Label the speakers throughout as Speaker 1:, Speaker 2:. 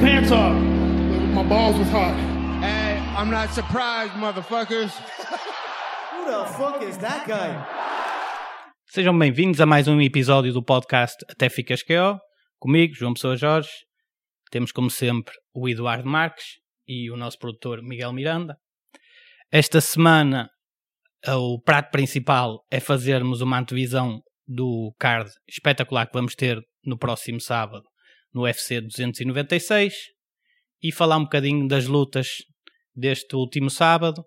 Speaker 1: pants off. My balls was hot.
Speaker 2: Hey, I'm not surprised, motherfuckers.
Speaker 3: Who the fuck is that guy?
Speaker 4: Sejam bem-vindos a mais um episódio do podcast Até Ficas QO. Comigo, João Pessoa Jorge. Temos, como sempre, o Eduardo Marques e o nosso produtor Miguel Miranda. Esta semana, eh, o prato principal é fazermos uma antevisão do card espetacular que vamos ter no próximo sábado no UFC 296 e falar um bocadinho das lutas deste último sábado,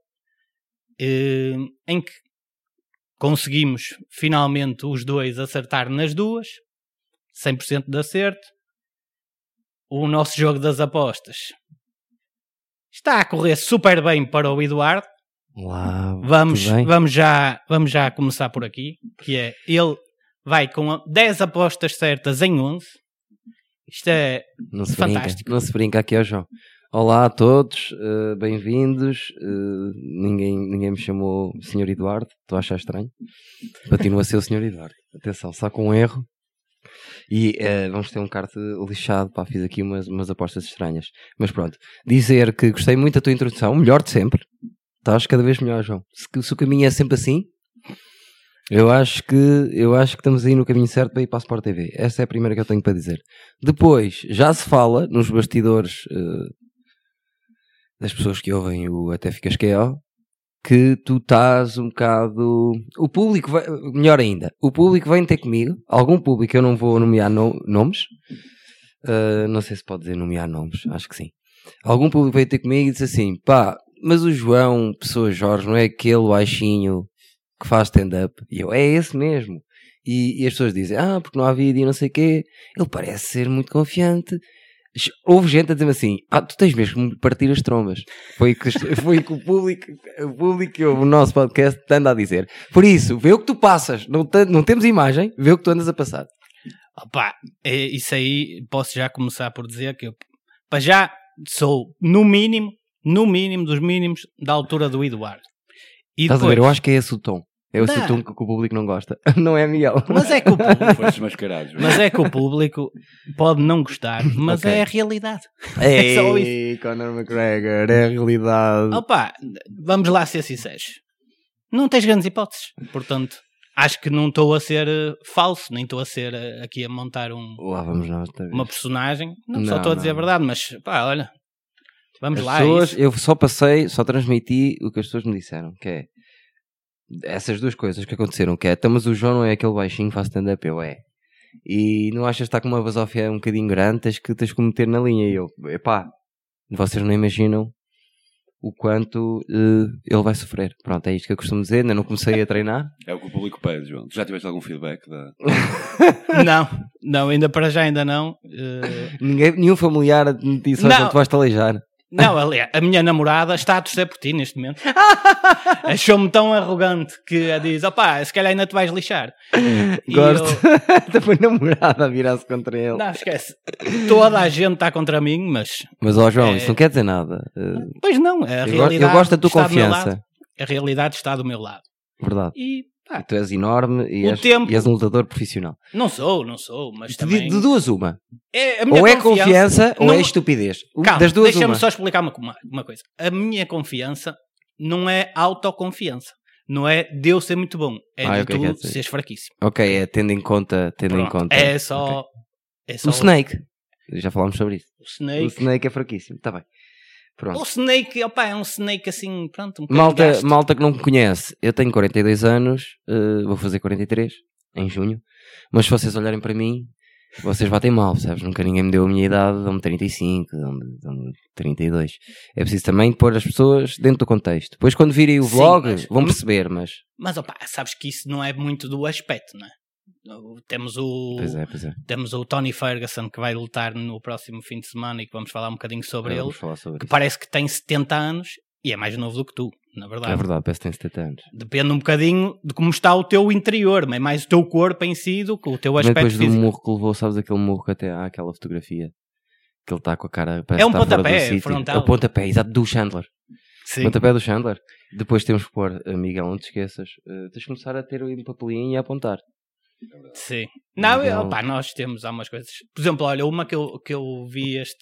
Speaker 4: eh, em que conseguimos finalmente os dois acertar nas duas, 100% de acerto. O nosso jogo das apostas está a correr super bem para o Eduardo.
Speaker 5: Olá,
Speaker 4: Vamos,
Speaker 5: tudo bem?
Speaker 4: vamos, já, vamos já começar por aqui, que é, ele vai com 10 apostas certas em 11. Isto é,
Speaker 5: não se
Speaker 4: fantástico.
Speaker 5: Brinca, não se brinca aqui ao João. Olá a todos, eh, bem-vindos. Eh, ninguém, ninguém me chamou Sr. Eduardo, estou a achar estranho. Continua a ser o Sr. Eduardo. Atenção, só com um erro. E eh, vamos ter um carte lixado, pá, fiz aqui umas, umas apostas estranhas. Mas pronto, dizer que gostei muito da tua introdução, melhor de sempre. Estás cada vez melhor, João. Se, que- se o caminho é sempre assim, eu acho que eu acho que estamos aí no caminho certo para ir para a Sport TV. Essa é a primeira que eu tenho para dizer. Depois, já se fala nos bastidores eh, das pessoas que ouvem o Até Ficas KO que tu estás um bocado. O público, vai... melhor ainda, o público vem ter comigo. Algum público, eu não vou nomear no- nomes, eh, não sei se pode dizer nomear nomes, acho que sim. Algum público veio ter comigo e disse assim: pá, mas o João Pessoa Jorge não é aquele baixinho que faz stand-up? E eu, é esse mesmo. E, e as pessoas dizem: ah, porque não há vídeo e não sei o quê ele parece ser muito confiante. Ch- Houve gente a dizer-me assim: Ah, tu tens mesmo de partir as trombas. Foi que, foi que o público, o público que ouve o nosso podcast te anda a dizer. Por isso, vê o que tu passas. Não, te- não temos imagem, vê o que tu andas a passar.
Speaker 4: opá, é isso aí posso já começar por dizer que eu, para já, sou no mínimo, no mínimo dos mínimos da altura do Eduardo. E
Speaker 5: Estás a ver? Eu acho que é esse o tom. É esse
Speaker 4: Dá.
Speaker 5: o tom que, que o público não gosta. Não é, Miguel?
Speaker 4: Mas é que o público,
Speaker 6: Foste mascarado. João.
Speaker 4: mas é que o público pode não gostar, mas
Speaker 5: Ok.
Speaker 4: é a realidade.
Speaker 5: É
Speaker 4: só
Speaker 5: Conor McGregor, é a realidade.
Speaker 4: Opa, vamos lá ser sinceros. Não tens grandes hipóteses. Portanto, acho que não estou a ser eh, falso, nem estou a ser eh, aqui a montar um-
Speaker 5: Lá vamos nós. outra vez.
Speaker 4: uma personagem. Não, só
Speaker 5: Não,
Speaker 4: estou a dizer a
Speaker 5: não.
Speaker 4: verdade, mas pá, olha. Vamos
Speaker 5: As
Speaker 4: lá. é
Speaker 5: pessoas-
Speaker 4: isso.
Speaker 5: eu só passei, só transmiti o que as pessoas me disseram, que é essas duas coisas que aconteceram, que é, então, mas o João não é aquele baixinho que faz stand-up, eu é. E não achas que está com uma basófia um bocadinho grande, tens que, tens que me meter na linha. E eu, epá, vocês não imaginam o quanto eh, ele vai sofrer. Pronto, é isto que eu costumo dizer, ainda não comecei a treinar.
Speaker 6: É o que o público pede, João. Tu já tiveste algum feedback da.
Speaker 4: Não, não, ainda para já ainda não. Eh,
Speaker 5: Ninguém, nenhum familiar me disse, "Ó,
Speaker 4: Não.
Speaker 5: João, tu vais te aleijar.
Speaker 4: não, aliás, a minha namorada está a torcer por ti neste momento. Achou-me tão arrogante que a diz: opá, se calhar ainda te vais lixar. E
Speaker 5: Gosto.
Speaker 4: eu-
Speaker 5: Também namorada a virar-se contra ele.
Speaker 4: não, esquece. Toda a gente está contra mim, mas
Speaker 5: Mas, ó João,
Speaker 4: É.
Speaker 5: isso não quer dizer nada. Eh,
Speaker 4: Pois não, a
Speaker 5: eu, go-
Speaker 4: realidade
Speaker 5: eu gosto da tua
Speaker 4: está do meu lado.
Speaker 5: confiança.
Speaker 4: A realidade está do meu lado.
Speaker 5: Verdade.
Speaker 4: E pá,
Speaker 5: Tu és enorme e
Speaker 4: O
Speaker 5: és,
Speaker 4: tempo-
Speaker 5: e és um lutador profissional.
Speaker 4: não sou, não sou, mas
Speaker 5: Te digo
Speaker 4: também.
Speaker 5: de duas uma.
Speaker 4: É, a minha
Speaker 5: Ou é confiança ou
Speaker 4: não-
Speaker 5: é estupidez. Um
Speaker 4: Calma,
Speaker 5: das duas
Speaker 4: deixa-me
Speaker 5: uma.
Speaker 4: só explicar uma, uma, uma coisa. A minha confiança não é autoconfiança. Não é de eu ser muito bom. É
Speaker 5: Ah,
Speaker 4: de
Speaker 5: o que é que é
Speaker 4: tu
Speaker 5: dizer?
Speaker 4: seres fraquíssimo.
Speaker 5: Ok, é tendo em conta, tendo em
Speaker 4: Pronto,
Speaker 5: conta.
Speaker 4: é só. É só
Speaker 5: O Snake. Já falámos sobre isso.
Speaker 4: O Snake.
Speaker 5: O Snake é fraquíssimo. Está bem. Pronto.
Speaker 4: O Snake, opá, é um Snake assim, pronto, um bocado
Speaker 5: Malta,
Speaker 4: gasto.
Speaker 5: malta que não me conhece, eu tenho 42 anos, eh, vou fazer 43 em junho, mas se vocês olharem para mim, vocês batem mal, sabes? Nunca ninguém me deu a minha idade, dão-me 35, dão-me dão-me 32. É preciso também pôr as pessoas dentro do contexto. Depois, quando virem o
Speaker 4: Sim,
Speaker 5: vlog,
Speaker 4: mas-
Speaker 5: vão perceber, mas.
Speaker 4: Mas opá, sabes que isso não é muito do aspecto, não é? Temos o.
Speaker 5: Pois é, pois é.
Speaker 4: Temos o Tony Ferguson que vai lutar no próximo fim de semana e que vamos falar um bocadinho sobre ele,
Speaker 5: Vamos falar sobre
Speaker 4: que
Speaker 5: isso.
Speaker 4: parece que tem 70 anos e é mais novo do que tu, na verdade.
Speaker 5: É verdade, parece que tem 70 anos.
Speaker 4: Depende um bocadinho de como está o teu interior, mas mais o teu corpo em si do que o teu
Speaker 5: Mas
Speaker 4: aspecto
Speaker 5: depois do
Speaker 4: físico.
Speaker 5: murro que levou, sabes aquele murro que até há aquela fotografia que ele está com a cara. parece
Speaker 4: É um
Speaker 5: que está fora do
Speaker 4: pontapé
Speaker 5: sítio.
Speaker 4: frontal.
Speaker 5: É o pontapé, exato, do Chandler.
Speaker 4: Sim.
Speaker 5: Pontapé do Chandler. Depois temos que pôr, eh, Miguel, não te esqueças, eh, tens de começar a ter um papelinho e a apontar.
Speaker 4: Sim. Não,
Speaker 5: Miguel.
Speaker 4: opá, nós temos algumas coisas. Por exemplo, olha, uma que eu, que eu vi este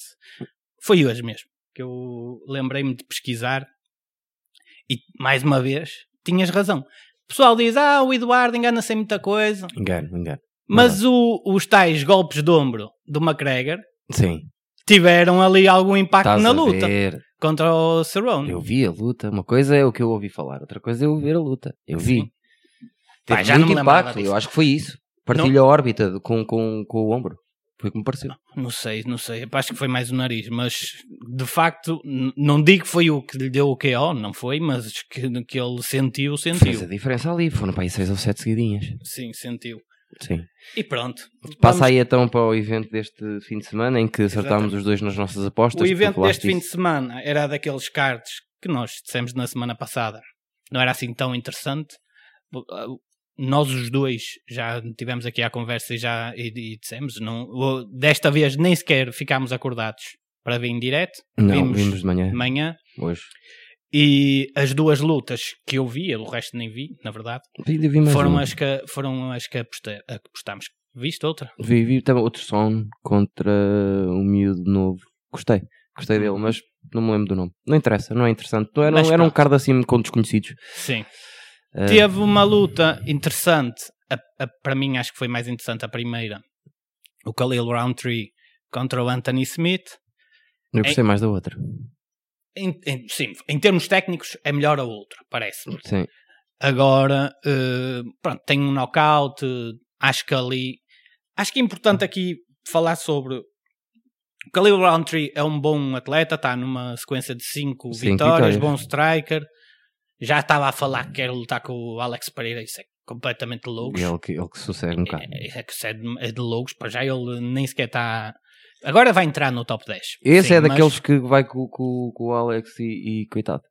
Speaker 4: Foi hoje mesmo que eu lembrei-me de pesquisar e, mais uma vez, tinhas razão. O pessoal diz, ah, o Eduardo engana-se em muita coisa,
Speaker 5: Engano, engano.
Speaker 4: mas o- os tais golpes de ombro do McGregor
Speaker 5: Sim.
Speaker 4: tiveram ali algum impacto
Speaker 5: Estás
Speaker 4: na
Speaker 5: a
Speaker 4: luta
Speaker 5: ver.
Speaker 4: contra o Cerrone.
Speaker 5: Eu vi a luta. Uma coisa é o que eu ouvi falar, outra coisa é eu ver a luta. Eu vi.
Speaker 4: Sim.
Speaker 5: Teve
Speaker 4: Pá, já não
Speaker 5: muito
Speaker 4: me lembrava
Speaker 5: impacto.
Speaker 4: disso.
Speaker 5: Eu acho que foi isso. Partilha a órbita de- com, com, com o ombro. Foi como pareceu.
Speaker 4: Não sei, não sei. Acho que foi mais o nariz, mas de facto, n- não digo que foi o que lhe deu o KO, não foi, mas que, que ele sentiu,
Speaker 5: Fez a
Speaker 4: sentiu.
Speaker 5: diferença ali. Foram para aí seis ou sete seguidinhas.
Speaker 4: Sim, sentiu.
Speaker 5: Sim.
Speaker 4: E pronto.
Speaker 5: Passa
Speaker 4: Vamos-
Speaker 5: aí então para o evento deste fim de semana em que acertámos os dois nas nossas apostas.
Speaker 4: O
Speaker 5: Tu
Speaker 4: evento
Speaker 5: falaste
Speaker 4: deste fim de
Speaker 5: disso.
Speaker 4: semana era daqueles cards que nós dissemos na semana passada. Não era assim tão interessante. Nós os dois já tivemos aqui a conversa e já e, e dissemos, não, o- desta vez nem sequer ficámos acordados para vir em direto,
Speaker 5: Não,
Speaker 4: vimos-
Speaker 5: vimos, de manhã,
Speaker 4: de manhã,
Speaker 5: hoje.
Speaker 4: e as duas lutas que eu vi, eu o resto nem vi, na verdade,
Speaker 5: Vi, vi mais um.
Speaker 4: foram
Speaker 5: uma.
Speaker 4: as, que, foram as que aposta- a que apostámos. Viste outra?
Speaker 5: Vi, vi também outro som contra um miúdo novo. Gostei, gostei dele, mas não me lembro do nome. Não interessa, não é interessante. Não era,
Speaker 4: Mas
Speaker 5: era um
Speaker 4: pronto.
Speaker 5: card assim com desconhecidos.
Speaker 4: Sim.
Speaker 5: Ah,
Speaker 4: Teve uma luta interessante. A- a- para mim, acho que foi mais interessante a primeira. O Khalil Roundtree contra o Anthony Smith.
Speaker 5: eu
Speaker 4: É.
Speaker 5: gostei mais da outra.
Speaker 4: Em, em- sim, em termos técnicos, é melhor a outra, parece-me.
Speaker 5: Sim,
Speaker 4: Agora, eh, pronto, tem um knockout. eh, Acho que ali. Acho que é importante aqui falar sobre. O Khalil Roundtree é um bom atleta, está numa sequência de 5
Speaker 5: Cinco
Speaker 4: vitórias,
Speaker 5: vitórias.
Speaker 4: bom striker. Já estava a falar que quer lutar com o Alex Pereira, isso é completamente louco.
Speaker 5: ele que, ele que sossega um bocado.
Speaker 4: É, é que isso é de, é de loucos, para já ele nem sequer está. Agora vai entrar no top 10.
Speaker 5: Esse
Speaker 4: Sim,
Speaker 5: é
Speaker 4: mas-
Speaker 5: daqueles que vai com, com, com o Alex e, e coitado.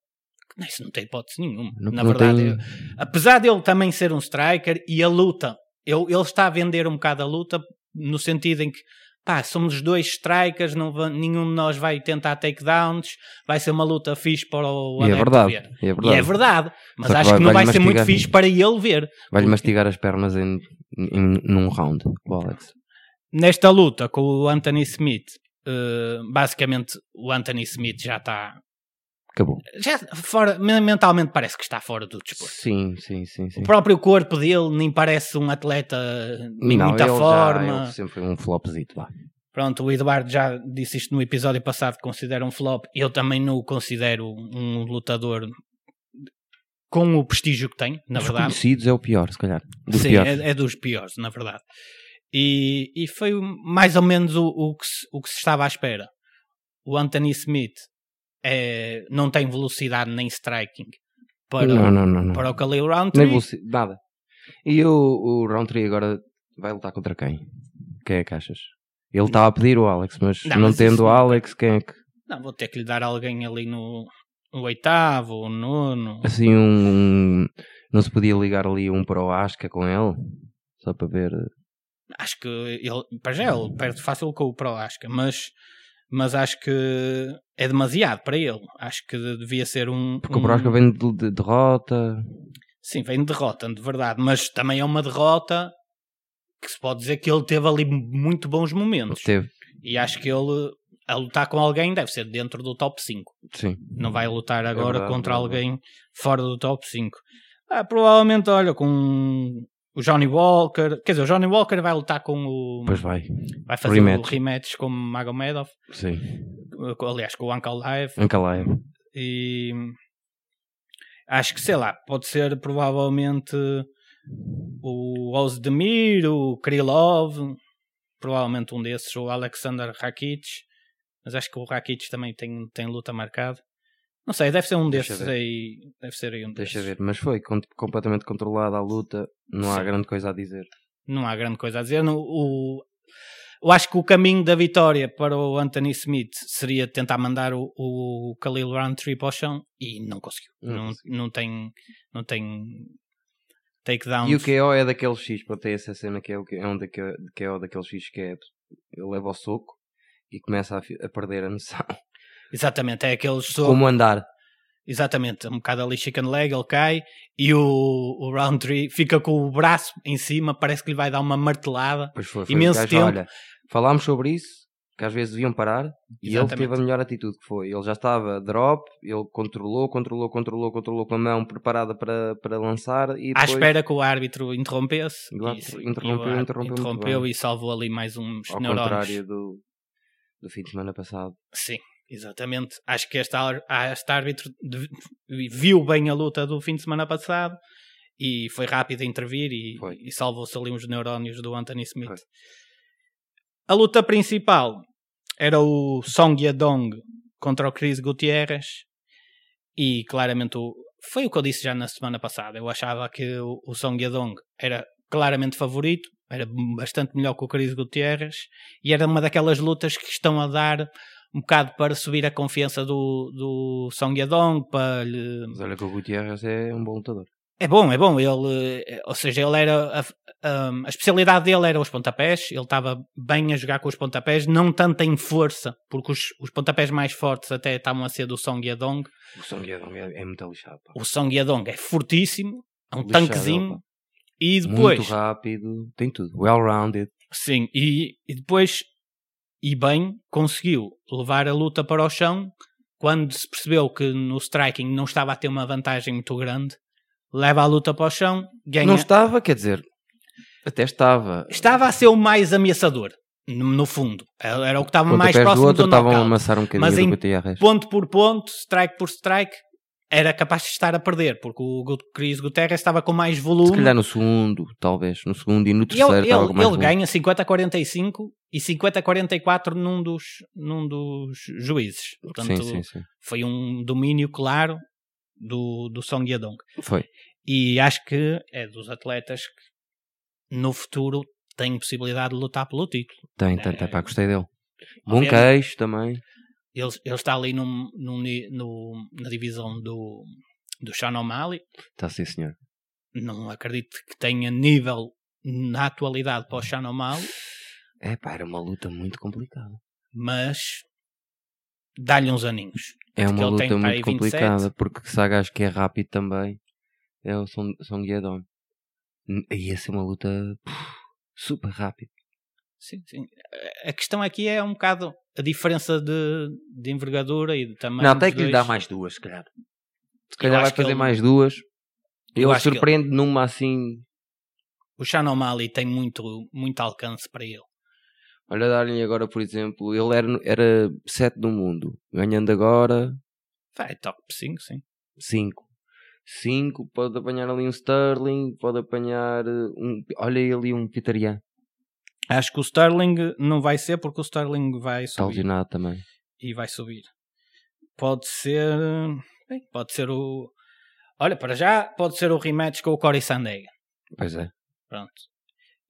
Speaker 4: Não, Isso não tem hipótese nenhuma.
Speaker 5: Não-
Speaker 4: Na
Speaker 5: não
Speaker 4: verdade,
Speaker 5: tem-
Speaker 4: eu- apesar dele também ser um striker e a luta, eu- ele está a vender um bocado a luta no sentido em que pá, somos dois strikers, não va- nenhum de nós vai tentar takedowns, vai ser uma luta fixe para o
Speaker 5: E é
Speaker 4: adepto
Speaker 5: verdade,
Speaker 4: ver.
Speaker 5: e é
Speaker 4: E é
Speaker 5: verdade.
Speaker 4: verdade, mas
Speaker 5: Só que
Speaker 4: acho
Speaker 5: vai-
Speaker 4: que não vai,
Speaker 5: vai-lhe
Speaker 4: ser muito
Speaker 5: mastigar.
Speaker 4: fixe para ele ver.
Speaker 5: Vai-lhe mastigar as pernas em, em- num round, o Alex.
Speaker 4: nesta luta com o Anthony Smith, eh, basicamente o Anthony Smith já está
Speaker 5: Acabou.
Speaker 4: já fora, mentalmente parece que está fora do desporto.
Speaker 5: Sim, sim, sim, sim.
Speaker 4: O próprio corpo dele nem parece um atleta em
Speaker 5: Não,
Speaker 4: muita
Speaker 5: ele já-
Speaker 4: forma.
Speaker 5: ele sempre foi um flopzito lá.
Speaker 4: Pronto, o Eduardo já disse isto no episódio passado que considera um flop. Eu também não o considero um lutador com o prestígio que tem, na
Speaker 5: Os
Speaker 4: verdade.
Speaker 5: conhecidos é o pior, se calhar. Dos
Speaker 4: Sim,
Speaker 5: piores.
Speaker 4: é, é dos piores, na verdade. E, e foi mais ou menos o, o que se, o que se estava à espera. O Anthony Smith eh, não tem velocidade nem striking para,
Speaker 5: não, não, não, não.
Speaker 4: para o Khalil
Speaker 5: Nem
Speaker 4: Roundtree.
Speaker 5: velocidade, nada. E o, o Roundtree agora vai lutar contra quem? Quem é que achas? Ele estava a pedir o Alex, mas
Speaker 4: Não,
Speaker 5: não,
Speaker 4: mas isso
Speaker 5: tendo o
Speaker 4: nunca.
Speaker 5: Alex, quem é que.
Speaker 4: Não, vou ter que lhe dar alguém ali no, no oitavo, ou nono.
Speaker 5: Assim, um, um- Não se podia ligar ali um para o Asca com ele? Só para ver.
Speaker 4: Acho que ele, para já, ele perde fácil com o Proasca, mas, mas acho que é demasiado para ele. Acho que devia ser um.
Speaker 5: Porque o
Speaker 4: um-
Speaker 5: Proasca vem de, de derrota.
Speaker 4: Sim, vem de derrota, de verdade, mas também é uma derrota que se pode dizer que ele teve ali muito bons momentos.
Speaker 5: Teve.
Speaker 4: E acho que ele, a lutar com alguém, deve ser dentro do top 5.
Speaker 5: Sim.
Speaker 4: Não vai lutar agora
Speaker 5: verdade,
Speaker 4: contra
Speaker 5: é verdade.
Speaker 4: alguém fora do top 5. Ah, provavelmente, olha, com o Johnny Walker. Quer dizer, o Johnny Walker vai lutar com o.
Speaker 5: Pois vai.
Speaker 4: vai fazer
Speaker 5: rematch.
Speaker 4: o rematch com o Magomedov.
Speaker 5: Sim.
Speaker 4: com- Aliás, com o Uncle Live.
Speaker 5: Ancalaia.
Speaker 4: E. Acho que, sei lá, pode ser provavelmente o Ozdemir, o Krylov, provavelmente um desses, o Alexander Rakic, mas acho que o Rakic também tem, tem luta marcada. Não sei, deve ser um
Speaker 5: Deixa
Speaker 4: desses
Speaker 5: ver.
Speaker 4: aí. Deve ser aí um
Speaker 5: Deixa
Speaker 4: desses.
Speaker 5: ver. Mas foi com- completamente controlada a luta. Não há grande coisa a dizer.
Speaker 4: Não há grande coisa a dizer. No- o, eu acho que o caminho da vitória para o Anthony Smith seria tentar mandar o, o Khalil Roundtree para o chão e não conseguiu.
Speaker 5: Não
Speaker 4: Não,
Speaker 5: conseguiu.
Speaker 4: não tem. Não tem takedown.
Speaker 5: E o KO é daquele X, para ter essa cena que é, o que- é um daque- de KO daquele X que é ele leva ao soco e começa a, fi- a perder a noção.
Speaker 4: Exatamente, é aquele soco.
Speaker 5: Como andar.
Speaker 4: Exatamente, um bocado ali chicken leg, ele cai e o, o Roundtree fica com o braço em cima, parece que lhe vai dar uma martelada.
Speaker 5: Pois foi,
Speaker 4: Imenso
Speaker 5: o gajo,
Speaker 4: tempo.
Speaker 5: Olha, falámos sobre isso, que às vezes deviam parar e ele teve a
Speaker 4: Exatamente.
Speaker 5: melhor atitude que foi. Ele já estava drop, ele controlou, controlou, controlou, controlou com a mão preparada para, para lançar e
Speaker 4: à
Speaker 5: depois
Speaker 4: espera que o árbitro interrompesse.
Speaker 5: Claro,
Speaker 4: e, se-
Speaker 5: interrompeu,
Speaker 4: e o árbitro
Speaker 5: interrompeu muito
Speaker 4: interrompeu
Speaker 5: bem.
Speaker 4: e salvou ali mais uns
Speaker 5: ao
Speaker 4: neurónios.
Speaker 5: contrário do, do fim de semana passado.
Speaker 4: Sim, exatamente. Acho que este, ar- ah, este árbitro de- viu bem a luta do fim de semana passado e foi rápido a intervir e,
Speaker 5: Foi.
Speaker 4: e salvou-se ali uns neurónios do Anthony Smith.
Speaker 5: Foi.
Speaker 4: A luta principal era o Song Yadong contra o Chris Gutierrez e claramente o- foi o que eu disse já na semana passada. Eu achava que o, o Song Yadong era claramente favorito, era bastante melhor que o Chris Gutierrez e era uma daquelas lutas que estão a dar um bocado para subir a confiança do, do Song Yadong, para lhe
Speaker 5: Mas olha que o Gutierrez é um bom lutador.
Speaker 4: é bom, é bom. Ele, eh, ou seja, ele era a, a- a especialidade dele era os pontapés. Ele estava bem a jogar com os pontapés, não tanto em força, porque os, os pontapés mais fortes até estavam a ser do Song Yadong.
Speaker 5: O Song Yadong é, é muito lixado. pá.
Speaker 4: O Song Yadong é fortíssimo, é um
Speaker 5: Lixado,
Speaker 4: tanquezinho.
Speaker 5: pá.
Speaker 4: E depois,
Speaker 5: Muito rápido, tem tudo. Well-rounded.
Speaker 4: sim, e, e depois e bem conseguiu levar a luta para o chão quando se percebeu que no striking não estava a ter uma vantagem muito grande. Leva a luta para o chão, ganha.
Speaker 5: Não estava, quer dizer, até estava.
Speaker 4: estava a ser o mais ameaçador, no, no fundo. Era era o que estava mais
Speaker 5: Pontapés do
Speaker 4: próximo do,
Speaker 5: outro estavam a
Speaker 4: knockout.
Speaker 5: amassar um bocadinho
Speaker 4: Mas
Speaker 5: do
Speaker 4: em
Speaker 5: Gutierrez.
Speaker 4: Ponto por ponto, strike por strike, era capaz de estar a perder, porque o Gut- Chris Guterres estava com mais
Speaker 5: Se
Speaker 4: volume.
Speaker 5: calhar no segundo, talvez. No segundo e
Speaker 4: e
Speaker 5: no
Speaker 4: ele,
Speaker 5: terceiro estava
Speaker 4: ele,
Speaker 5: com mais um.
Speaker 4: ele
Speaker 5: volume.
Speaker 4: ganha 50-45 e 50-44 num dos, num dos juízes. Portanto,
Speaker 5: Sim, sim, sim.
Speaker 4: foi um domínio claro do, do Song Yadong.
Speaker 5: Foi.
Speaker 4: E acho que é dos atletas que no futuro têm possibilidade de lutar pelo título.
Speaker 5: Tem, tem, tem. Pá, gostei dele. Bom
Speaker 4: eh, Obviamente.
Speaker 5: queixo também.
Speaker 4: ele, ele está ali num, num ni- no- na divisão do, do Sean O'Malley.
Speaker 5: Está Tá, sim, senhor.
Speaker 4: Não acredito que tenha nível na atualidade para o Sean O'Malley,
Speaker 5: É pá, era uma luta muito complicada.
Speaker 4: mas dá-lhe uns aninhos.
Speaker 5: É
Speaker 4: Porque
Speaker 5: uma
Speaker 4: ele tem
Speaker 5: luta
Speaker 4: para aí
Speaker 5: muito
Speaker 4: 27.
Speaker 5: complicada, porque se há gajo que é rápido também, é o Song Song Yadong. N- Ia ser uma luta puf, super rápida.
Speaker 4: Sim, sim. A questão aqui é um bocado a diferença de, de envergadura e de tamanho.
Speaker 5: Não, tem
Speaker 4: dos
Speaker 5: que lhe
Speaker 4: dois.
Speaker 5: dar mais duas, se calhar. Se
Speaker 4: Eu
Speaker 5: calhar
Speaker 4: acho
Speaker 5: vai
Speaker 4: que
Speaker 5: fazer
Speaker 4: ele-
Speaker 5: mais duas.
Speaker 4: Eu
Speaker 5: Ele
Speaker 4: acho que ele-
Speaker 5: surpreende numa assim.
Speaker 4: O Sean O'Malley tem muito, muito alcance para ele.
Speaker 5: Olha, dar-lhe agora, por exemplo, ele era, era sete do mundo, ganhando agora
Speaker 4: Vai, top 5, sim.
Speaker 5: 5. 5, pode apanhar ali um Sterling, pode apanhar eh, um. Olha ele ali um Peter Yan,
Speaker 4: Acho que o Sterling não vai ser porque o Sterling vai
Speaker 5: está
Speaker 4: subir.
Speaker 5: lesionado também.
Speaker 4: e vai subir. Pode ser. bem, pode ser o. Olha, para já pode ser o rematch com o Cory Sandega.
Speaker 5: Pois é.
Speaker 4: Pronto.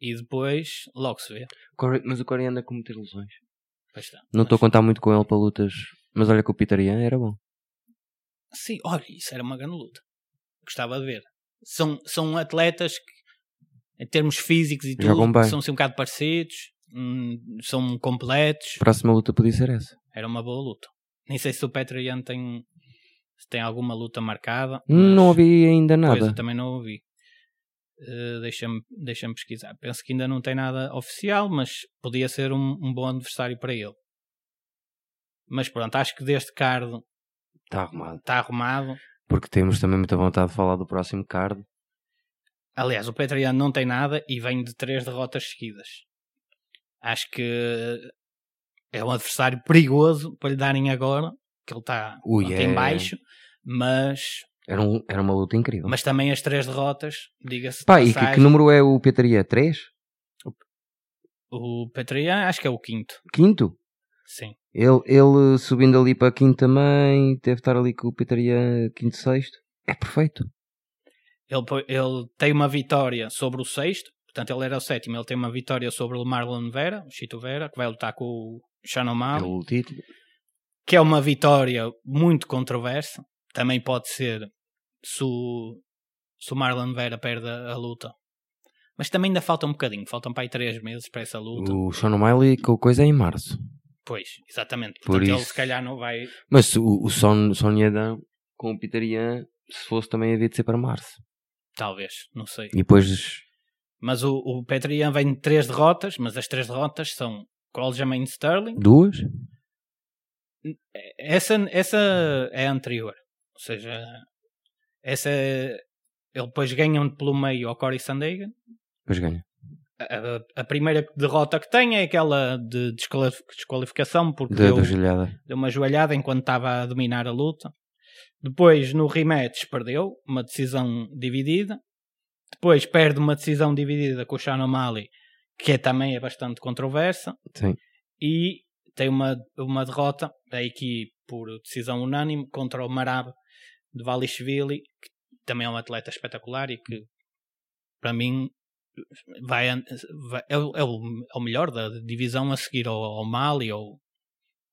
Speaker 4: E depois logo se vê.
Speaker 5: Corey- Mas o Corey anda a cometer lesões.
Speaker 4: Pois está.
Speaker 5: Não estou a contar muito com ele para lutas, mas olha que o Peter Yan era bom.
Speaker 4: Sim, olha, isso era uma grande luta. Gostava de ver. São, são atletas que, em termos físicos e
Speaker 5: Jogam
Speaker 4: tudo,
Speaker 5: bem.
Speaker 4: são assim, um bocado parecidos, hum, são completos.
Speaker 5: Próxima luta podia ser essa.
Speaker 4: Era uma boa luta. Nem sei se o Petrian tem, se tem alguma luta marcada.
Speaker 5: Não
Speaker 4: mas-
Speaker 5: ouvi ainda
Speaker 4: Pois, tá. eu
Speaker 5: nada.
Speaker 4: também não ouvi. Eh, Deixa-me deixa pesquisar. Penso que ainda não tem nada oficial, mas podia ser um, um bom adversário para ele. Mas pronto, acho que deste card
Speaker 5: Está Tá arrumado.
Speaker 4: está arrumado.
Speaker 5: Porque temos também muita vontade de falar do próximo card.
Speaker 4: Aliás, o Petriano não tem nada e vem de três derrotas seguidas. Acho que é um adversário perigoso para lhe darem agora, que ele está
Speaker 5: Ui,
Speaker 4: está
Speaker 5: é.
Speaker 4: em baixo, mas,
Speaker 5: Era, um- era uma luta incrível.
Speaker 4: mas também as três derrotas, diga-se. de
Speaker 5: Pá, e que,
Speaker 4: passagem,
Speaker 5: que número é o Peter Yan? 3?
Speaker 4: O Petriano acho que é o quinto,
Speaker 5: Quinto?
Speaker 4: sim.
Speaker 5: Ele, ele subindo ali para quinto também, deve estar ali com o Peter Yan quinto, sexto. É perfeito.
Speaker 4: Ele, po- ele tem uma vitória sobre o sexto, portanto ele era o sétimo, ele tem uma vitória sobre o Marlon Vera, o Chito Vera, que vai lutar com o Shannon Mali,
Speaker 5: Pelo título.
Speaker 4: que é uma vitória muito controversa. Também pode ser se o, se o Marlon Vera perde a a luta. Mas também ainda falta um bocadinho, faltam para aí três meses para essa luta.
Speaker 5: O Sean O'Malley com coisa é em março.
Speaker 4: Pois, exatamente.
Speaker 5: Por
Speaker 4: Portanto, ele
Speaker 5: isso-
Speaker 4: se calhar não vai.
Speaker 5: Mas se o, o Son, Son Yadam com o Peter Yan, se fosse também havia de ser para março.
Speaker 4: Talvez, não sei.
Speaker 5: E depois
Speaker 4: Mas o, o Petrian vem de três derrotas, mas as três derrotas são Aljamain Sterling.
Speaker 5: Duas?
Speaker 4: Essa, essa é anterior. Ou seja, essa é, ele depois ganham pelo meio ao Corey Sandhagen.
Speaker 5: Depois ganha.
Speaker 4: A, a- a primeira derrota que tem é aquela de desquali- desqualificação porque
Speaker 5: Da,
Speaker 4: deu,
Speaker 5: da joelhada.
Speaker 4: deu uma joelhada enquanto estava a dominar a luta. Depois, no rematch, perdeu uma decisão dividida. Depois, perde uma decisão dividida com o Sean O'Malley, que é- também é bastante controversa.
Speaker 5: Sim.
Speaker 4: E tem uma, uma derrota aqui por decisão unânime contra o Marab de Valishvili, que também é um atleta espetacular e que, para mim, vai, an- vai- é, o, é o- é o melhor da divisão a seguir ao, ao Mali ou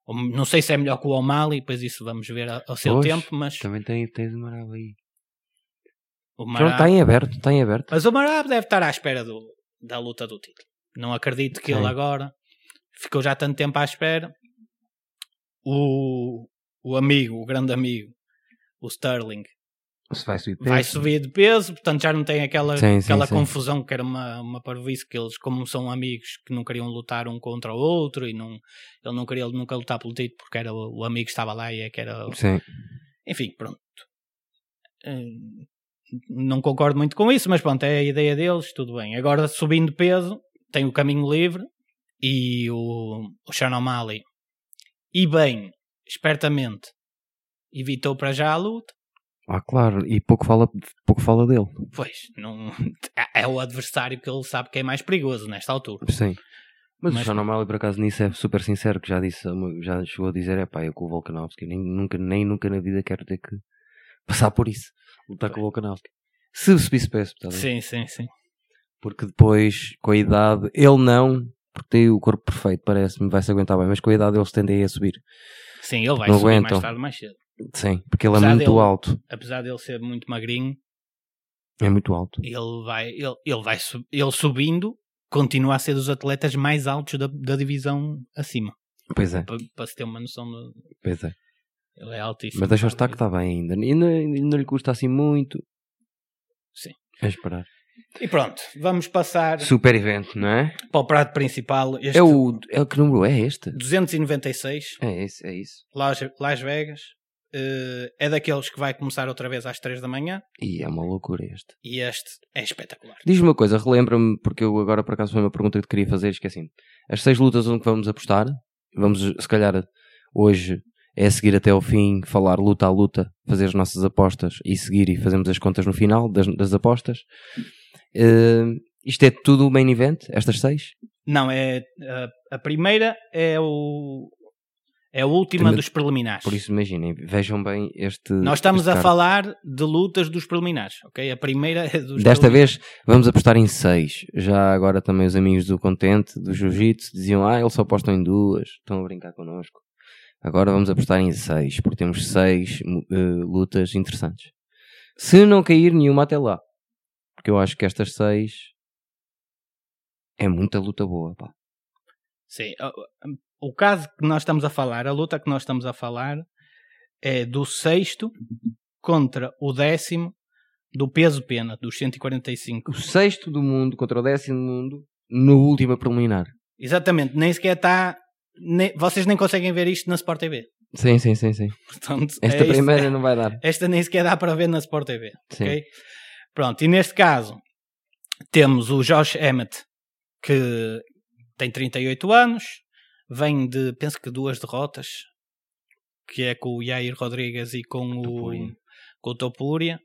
Speaker 4: ou não sei se é melhor que o O'Malley, pois isso vamos ver a- ao seu
Speaker 5: Pois,
Speaker 4: tempo, mas
Speaker 5: Também Então tem, tens uma maraba aí.
Speaker 4: o
Speaker 5: Pronto,
Speaker 4: Marab,
Speaker 5: está tá em aberto, está em aberto.
Speaker 4: mas o Marab deve estar à espera do- da luta do título. Não acredito que
Speaker 5: Sim.
Speaker 4: ele agora ficou já tanto tempo à espera. O, o amigo, o grande amigo, o Sterling,
Speaker 5: Se vai subir de
Speaker 4: vai
Speaker 5: peso.
Speaker 4: subir de peso, portanto já não tem aquela,
Speaker 5: Sim, sim,
Speaker 4: aquela
Speaker 5: sim.
Speaker 4: confusão que era uma, uma parvoíce, que eles, como são amigos, que não queriam lutar um contra o outro e não, ele não queria nunca lutar pelo título porque era o, o amigo que estava lá e é que era. o-
Speaker 5: Sim.
Speaker 4: Enfim, pronto. Hum, Não concordo muito com isso, mas pronto, é a ideia deles, tudo bem. Agora subindo peso, tem o caminho livre e o, o Sean O'Malley, e bem, espertamente, evitou para já a luta.
Speaker 5: Ah, claro. E pouco fala, pouco fala dele.
Speaker 4: Pois, não, é o adversário que ele sabe que é mais perigoso nesta altura.
Speaker 5: Sim. Mas,
Speaker 4: Mas-
Speaker 5: o Sean O'Malley, por acaso, nisso é super sincero, que já disse, já chegou a dizer, é pá, eu com o Volkanovski, nem nunca, nem nunca na vida quero ter que passar por isso, lutar com o Volkanovski. Se subisse peso, está tá
Speaker 4: Sim,
Speaker 5: bem?
Speaker 4: sim, sim.
Speaker 5: Porque depois, com a idade, ele não, porque tem o corpo perfeito, parece-me, vai-se aguentar bem, mas com a idade eles tendem a subir.
Speaker 4: Sim, ele vai
Speaker 5: Não
Speaker 4: subir mais
Speaker 5: aguentam.
Speaker 4: tarde ou mais cedo.
Speaker 5: Sim, porque ele é
Speaker 4: Apesar
Speaker 5: muito
Speaker 4: dele-
Speaker 5: alto.
Speaker 4: Apesar dele ser muito magrinho,
Speaker 5: É muito alto.
Speaker 4: ele vai, ele, ele vai su- ele subindo, continua a ser dos atletas mais altos da, da divisão acima.
Speaker 5: Pois é,
Speaker 4: Para, se ter uma noção, de-
Speaker 5: pois é.
Speaker 4: ele é altíssimo.
Speaker 5: Mas deixa-o estar que está bem ainda. Ainda, ainda não lhe custa assim muito.
Speaker 4: Sim.
Speaker 5: A esperar.
Speaker 4: E pronto, vamos passar
Speaker 5: Super evento, não é?
Speaker 4: para o prato principal. Este
Speaker 5: É o. É, que número é este?
Speaker 4: 296,
Speaker 5: É isso, é isso.
Speaker 4: Las, Las Vegas. Eh, é daqueles que vai começar outra vez às 3 da manhã.
Speaker 5: E é uma loucura este.
Speaker 4: E este é espetacular.
Speaker 5: Diz-me uma coisa, relembra-me, porque eu agora por acaso foi uma pergunta que te queria fazer, esqueci-me. As seis lutas onde vamos apostar, vamos se calhar hoje é seguir até ao fim, falar luta a luta, fazer as nossas apostas e seguir e fazemos as contas no final das, das apostas. Eh, isto é tudo o main event, estas seis?
Speaker 4: Não, é a, a primeira é o é a última
Speaker 5: Primeiro-
Speaker 4: dos preliminares.
Speaker 5: Por isso imaginem, vejam bem este.
Speaker 4: Nós estamos
Speaker 5: este
Speaker 4: a
Speaker 5: card.
Speaker 4: falar de lutas dos preliminares, ok? A primeira é dos
Speaker 5: Desta
Speaker 4: preliminares.
Speaker 5: vez vamos apostar em seis. Já agora também os amigos do Contente, do Jiu-Jitsu, diziam: Ah, eles só apostam em duas, estão a brincar connosco. Agora vamos apostar em seis, porque temos seis mu- eh, lutas interessantes. Se não cair nenhuma até lá, porque eu acho que estas seis é muita luta boa, pá.
Speaker 4: Sim. o- O caso que nós estamos a falar, a luta que nós estamos a falar é do sexto contra o décimo do peso pena, dos 145.
Speaker 5: O sexto do mundo contra o décimo do mundo, no último a preliminar.
Speaker 4: Exatamente, nem sequer está. nem- vocês nem conseguem ver isto na Sport TV.
Speaker 5: Sim, sim, sim, sim.
Speaker 4: Portanto,
Speaker 5: Esta
Speaker 4: é isto-
Speaker 5: primeira não vai dar.
Speaker 4: esta nem sequer dá para ver na Sport TV.
Speaker 5: Sim.
Speaker 4: ok? Pronto, e neste caso temos o Josh Emmett, que tem 38 anos, vem de, penso que duas derrotas, que é com o Yair Rodrigues e com o,
Speaker 5: Topuria.
Speaker 4: com o Topuria.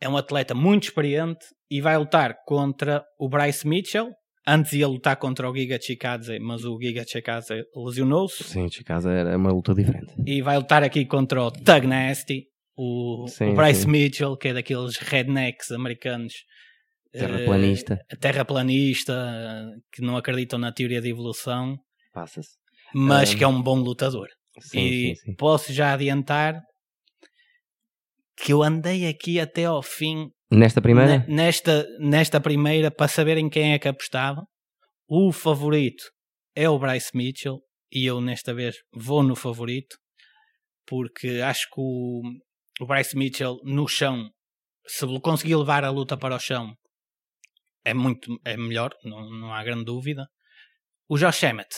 Speaker 4: É um atleta muito experiente e vai lutar contra o Bryce Mitchell. Antes ia lutar contra o Giga Chikadze, mas o Giga Chikadze lesionou-se
Speaker 5: Sim, de casa era uma luta diferente.
Speaker 4: e vai lutar aqui contra o Tug Nasty, o,
Speaker 5: Sim,
Speaker 4: o Bryce
Speaker 5: sim.
Speaker 4: Mitchell, que é daqueles rednecks americanos.
Speaker 5: Terraplanista.
Speaker 4: eh, terraplanista, eh, que não acreditam na teoria da evolução,
Speaker 5: Passa-se.
Speaker 4: mas
Speaker 5: Ah.
Speaker 4: que é um bom lutador.
Speaker 5: Sim,
Speaker 4: e
Speaker 5: sim, sim.
Speaker 4: posso já adiantar que eu andei aqui até ao fim
Speaker 5: Nesta primeira?
Speaker 4: ne- nesta, nesta primeira para saberem quem é que apostava. O favorito é o Bryce Mitchell e eu nesta vez vou no favorito porque acho que o, o Bryce Mitchell no chão, se ele conseguir levar a luta para o chão, é muito é melhor, não, não há grande dúvida. O Josh Emmett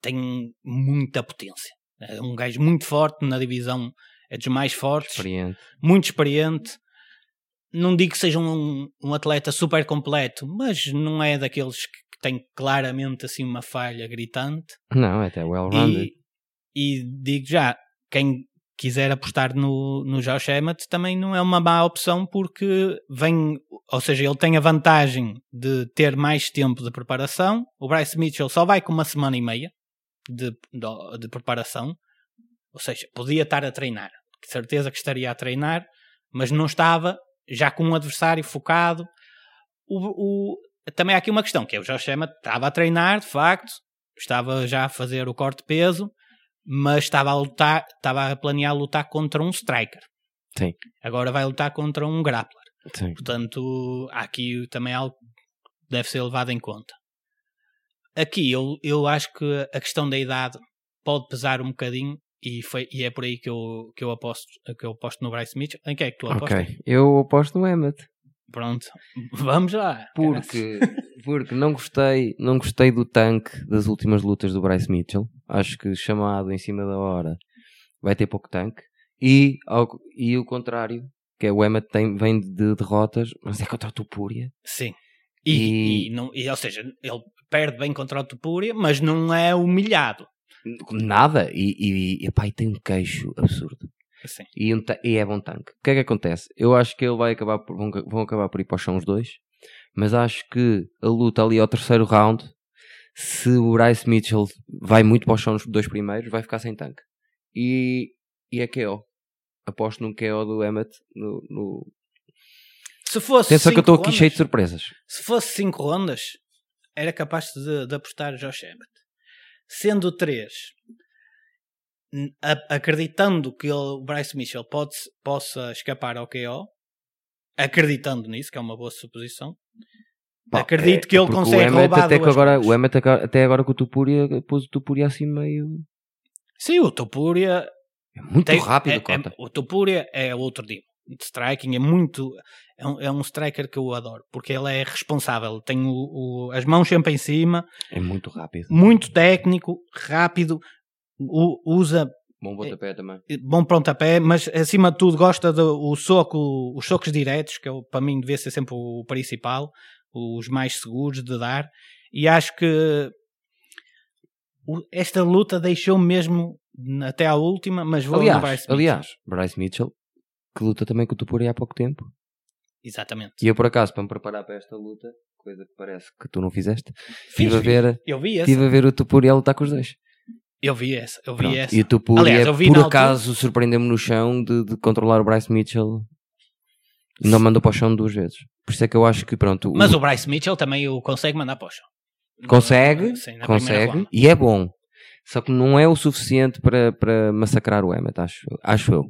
Speaker 4: tem muita potência. É um gajo muito forte na divisão, é dos mais fortes,
Speaker 5: Experiente.
Speaker 4: muito experiente. Não digo que seja um, um atleta super completo, mas não é daqueles que que tem claramente assim uma falha gritante.
Speaker 5: Não, é até well-rounded.
Speaker 4: E, e digo já, quem quiser apostar no, no Josh Emmett também não é uma má opção porque vem, ou seja, ele tem a vantagem de ter mais tempo de preparação. O Bryce Mitchell só vai com uma semana e meia de, de, de preparação, ou seja, podia estar a treinar, de certeza que estaria a treinar, mas não estava já com um adversário focado. O, o- também há aqui uma questão, que é o Josh Emmett estava a treinar, de facto, estava já a fazer o corte de peso, mas estava a lutar, estava a planear lutar contra um striker.
Speaker 5: Sim.
Speaker 4: Agora vai lutar contra um grappler.
Speaker 5: Sim.
Speaker 4: Portanto, há aqui também algo que deve ser levado em conta. Aqui eu, eu acho que a questão da idade pode pesar um bocadinho e, foi, e é por aí que eu, que eu aposto que eu aposto no Bryce Mitchell. Em que é que tu apostas?
Speaker 5: Ok. Eu aposto no Emmett.
Speaker 4: Pronto, vamos lá.
Speaker 5: Porque, porque não, gostei, não gostei do tanque das últimas lutas do Bryce Mitchell. Acho que chamado em cima da hora vai ter pouco tanque. E, ao, e o contrário, que é o Emmett tem, vem de derrotas, mas é contra o Tupuria.
Speaker 4: Sim. E,
Speaker 5: E-
Speaker 4: e não, e, ou seja, ele perde bem contra o Topuria, mas não é humilhado.
Speaker 5: Nada. E, e, epá, e tem um queixo absurdo.
Speaker 4: Assim.
Speaker 5: E, um ta- e é bom tanque. O que é que acontece? Eu acho que ele vai acabar por, vão, ca- vão acabar por ir para o chão os dois. Mas acho que a luta ali ao terceiro round, se o Bryce Mitchell vai muito para o chão nos dois primeiros, vai ficar sem tanque. E, e é KO. Aposto num KO do Emmett. No, no...
Speaker 4: Se fosse
Speaker 5: Atenção que
Speaker 4: cinco
Speaker 5: eu estou aqui
Speaker 4: rondas-
Speaker 5: cheio de surpresas.
Speaker 4: Se fosse 5 rondas, era capaz de, de apostar Josh Emmett. Sendo 3, acreditando que ele- o Bryce Mitchell pode, possa escapar ao KO, acreditando nisso, que é uma boa suposição,
Speaker 5: Pá, é,
Speaker 4: acredito que ele
Speaker 5: porque
Speaker 4: consegue
Speaker 5: o Emmett
Speaker 4: roubar
Speaker 5: até, que
Speaker 4: duas
Speaker 5: agora,
Speaker 4: rondas.
Speaker 5: o Emmett aca- até agora com o Tupuria pôs o Tupuria assim meio.
Speaker 4: Sim, o eh, Topuria
Speaker 5: É muito
Speaker 4: Tem-
Speaker 5: rápido,
Speaker 4: é-
Speaker 5: Cota.
Speaker 4: é- o Topuria é outro tipo de striking, é muito. É um, é um striker que eu adoro, porque ele é responsável, tem o- o- as mãos sempre em cima,
Speaker 5: É, muito rápido.
Speaker 4: muito técnico, rápido, u- usa
Speaker 5: Bom pontapé também.
Speaker 4: bom pontapé, mas acima de tudo gosta do o soco, os socos diretos, que eu, para mim devia ser sempre o principal, os mais seguros de dar, e acho que o- esta luta deixou mesmo até à última, mas vou no
Speaker 5: aliás,
Speaker 4: Bryce Mitchell.
Speaker 5: aliás, Bryce Mitchell, que luta também com o Tupuria há pouco tempo.
Speaker 4: Exatamente.
Speaker 5: E eu, por acaso, para me preparar para esta luta, coisa que parece que tu não fizeste, estive a ver,
Speaker 4: Eu vi essa.
Speaker 5: estive a ver o Tupuria lutar com os dois.
Speaker 4: Eu vi essa. Eu vi
Speaker 5: Pronto.
Speaker 4: essa.
Speaker 5: E o Tupuria,
Speaker 4: Aliás, eu vi
Speaker 5: por
Speaker 4: na
Speaker 5: acaso, surpreendeu-me no chão de, de controlar o Bryce Mitchell e não mandou para o chão duas vezes. Por isso é que eu acho que, pronto, o-
Speaker 4: Mas o Bryce Mitchell também o consegue mandar para o chão.
Speaker 5: consegue,
Speaker 4: Sim, na primeira
Speaker 5: consegue,
Speaker 4: ronda.
Speaker 5: e é bom. Só que não é o suficiente para, para massacrar o Emmett, acho, acho eu.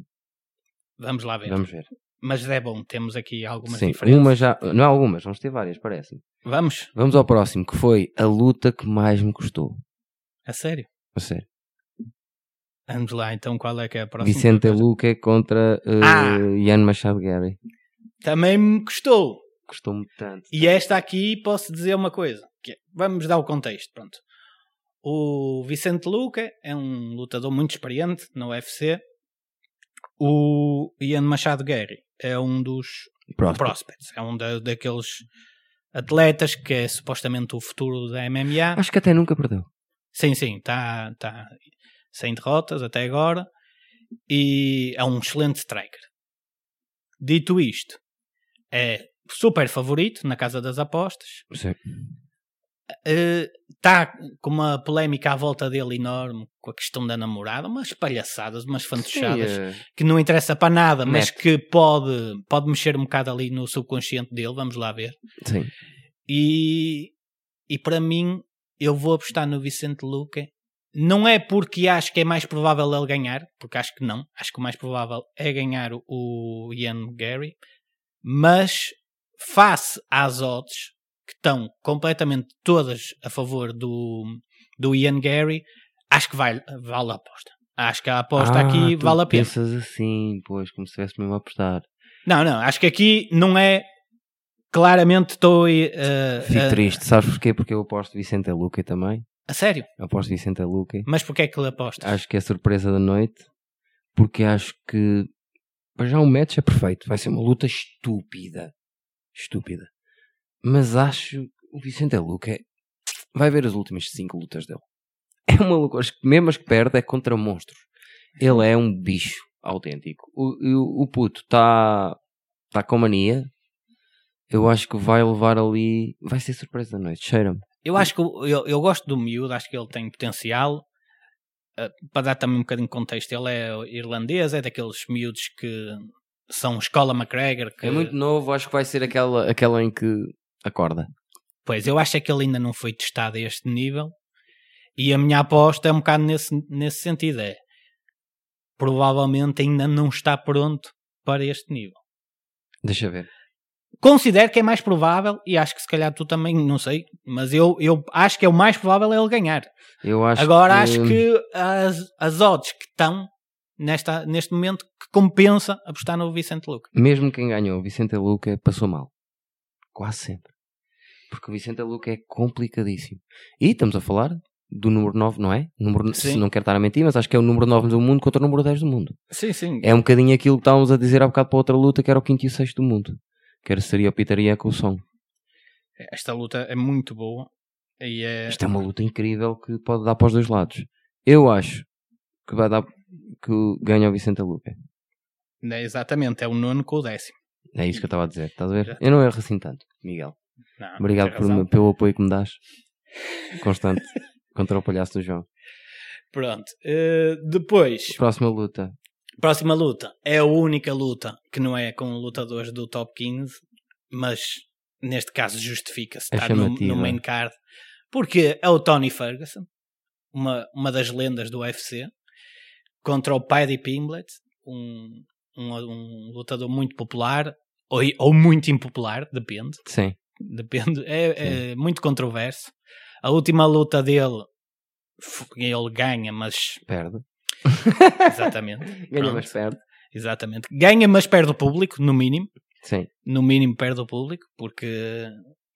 Speaker 4: Vamos lá ver.
Speaker 5: Vamos ver.
Speaker 4: Mas é bom, temos aqui algumas
Speaker 5: Sim,
Speaker 4: diferenças.
Speaker 5: uma já. Não há algumas, vamos ter várias, parece.
Speaker 4: Vamos?
Speaker 5: Vamos ao próximo, que foi a luta que mais me custou.
Speaker 4: A sério?
Speaker 5: A sério.
Speaker 4: Vamos lá, então qual é que é a próxima?
Speaker 5: Vicente Luque contra uh,
Speaker 4: Ah!
Speaker 5: Ian Machado Gary.
Speaker 4: Também me custou.
Speaker 5: Custou-me tanto.
Speaker 4: E esta aqui posso dizer uma coisa. que é- vamos dar o contexto, pronto. O Vicente Luca é um lutador muito experiente no UFC. O Ian Machado Gary é um dos
Speaker 5: Pronto.
Speaker 4: prospects. É um da- daqueles atletas que é supostamente o futuro da MMA.
Speaker 5: Acho que até nunca perdeu.
Speaker 4: Sim, sim, está tá sem derrotas até agora e é um excelente striker. Dito isto, é super favorito na casa das apostas.
Speaker 5: Sim.
Speaker 4: Está com uma polémica à volta dele enorme com a questão da namorada, umas palhaçadas, umas fantochadas
Speaker 5: eh,
Speaker 4: que não interessa para nada, mas
Speaker 5: Mete.
Speaker 4: que pode, pode mexer um bocado ali no subconsciente dele. Vamos lá ver.
Speaker 5: Sim.
Speaker 4: E, e para mim, eu vou apostar no Vicente Luque. Não é porque acho que é mais provável ele ganhar, porque acho que não. Acho que o mais provável é ganhar o Ian Gary. Mas face às odds, que estão completamente todas a favor do, do Ian Gary, acho que vai, vale a aposta. Acho que a aposta
Speaker 5: Ah,
Speaker 4: aqui
Speaker 5: tu
Speaker 4: vale a pena.
Speaker 5: Pensas assim, pois, como se estivesse mesmo a apostar.
Speaker 4: Não, não, acho que aqui não é. Claramente estou. eh, eh,
Speaker 5: Fico triste, sabes porquê? Porque eu aposto Vicente Luque também.
Speaker 4: A sério?
Speaker 5: Aposto em Santa Luca.
Speaker 4: Mas porquê é que lhe apostas?
Speaker 5: Acho que é a surpresa da noite, porque acho que para já o match é perfeito. Vai ser uma luta estúpida. Estúpida. Mas acho que o Vicente Luca vai ver as últimas cinco lutas dele. É uma loucura. Acho que mesmo as que perde é contra monstros. Ele é um bicho autêntico. O, e o- o puto está tá com mania. Eu acho que vai levar ali. Vai ser surpresa da noite. Cheira-me.
Speaker 4: Eu acho que o- eu, eu gosto do miúdo, acho que ele tem potencial. Ah, para dar também um bocadinho de contexto, ele é irlandês, é daqueles miúdos que são escola McGregor. Que,
Speaker 5: É muito novo. Acho que vai ser aquela, aquela em que acorda.
Speaker 4: Pois, eu acho é que ele ainda não foi testado a este nível. E a minha aposta é um bocado nesse, nesse sentido: é provavelmente ainda não está pronto para este nível.
Speaker 5: Deixa ver.
Speaker 4: Considero que é mais provável, e acho que se calhar tu também, não sei, mas eu, eu acho que é o mais provável é ele ganhar.
Speaker 5: Eu acho
Speaker 4: Agora
Speaker 5: que...
Speaker 4: acho que as, as odds que estão nesta, neste momento que compensa apostar no Vicente Luque.
Speaker 5: mesmo quem ganhou o Vicente Luca passou mal. Quase sempre. Porque o Vicente Luca é complicadíssimo. E estamos a falar do número 9, não é? Número, se
Speaker 4: Sim.
Speaker 5: não quero estar a mentir, mas acho que é o número 9 do mundo contra o número 10 do mundo.
Speaker 4: Sim, sim.
Speaker 5: É um bocadinho aquilo que estávamos a dizer há bocado para outra luta, que era o quinto e o sexto do mundo. Que era seria o Pitaria com o som.
Speaker 4: Esta luta é muito boa. E é...
Speaker 5: Isto é uma luta incrível que pode dar para os dois lados. Eu acho que vai dar que ganha o Vicente Luca. um
Speaker 4: é Exatamente, é o nono com o décimo.
Speaker 5: É isso que eu estava a dizer, estás a ver? Eu não erro assim tanto, Miguel.
Speaker 4: Não,
Speaker 5: Obrigado
Speaker 4: tem
Speaker 5: por,
Speaker 4: razão.
Speaker 5: me- pelo apoio que me dás. Constante. contra o palhaço do João.
Speaker 4: Pronto. eh, depois,
Speaker 5: Próxima luta.
Speaker 4: próxima luta. É a única luta que não é com lutadores do top 15, mas neste caso justifica-se
Speaker 5: É
Speaker 4: estar no,
Speaker 5: chamativa.
Speaker 4: no main card. Porque é o Tony Ferguson, uma, uma das lendas do UFC, contra o Paddy Pimblett, um, um, um lutador muito popular, ou, ou muito impopular, depende
Speaker 5: Sim.
Speaker 4: depende, é, é muito controverso. A última luta dele, f- ele ganha, mas
Speaker 5: Perde.
Speaker 4: exatamente,
Speaker 5: Ganha,
Speaker 4: Pronto.
Speaker 5: mas perde.
Speaker 4: exatamente, ganha, mas perde o público, no mínimo,
Speaker 5: Sim.
Speaker 4: no mínimo perde o público, porque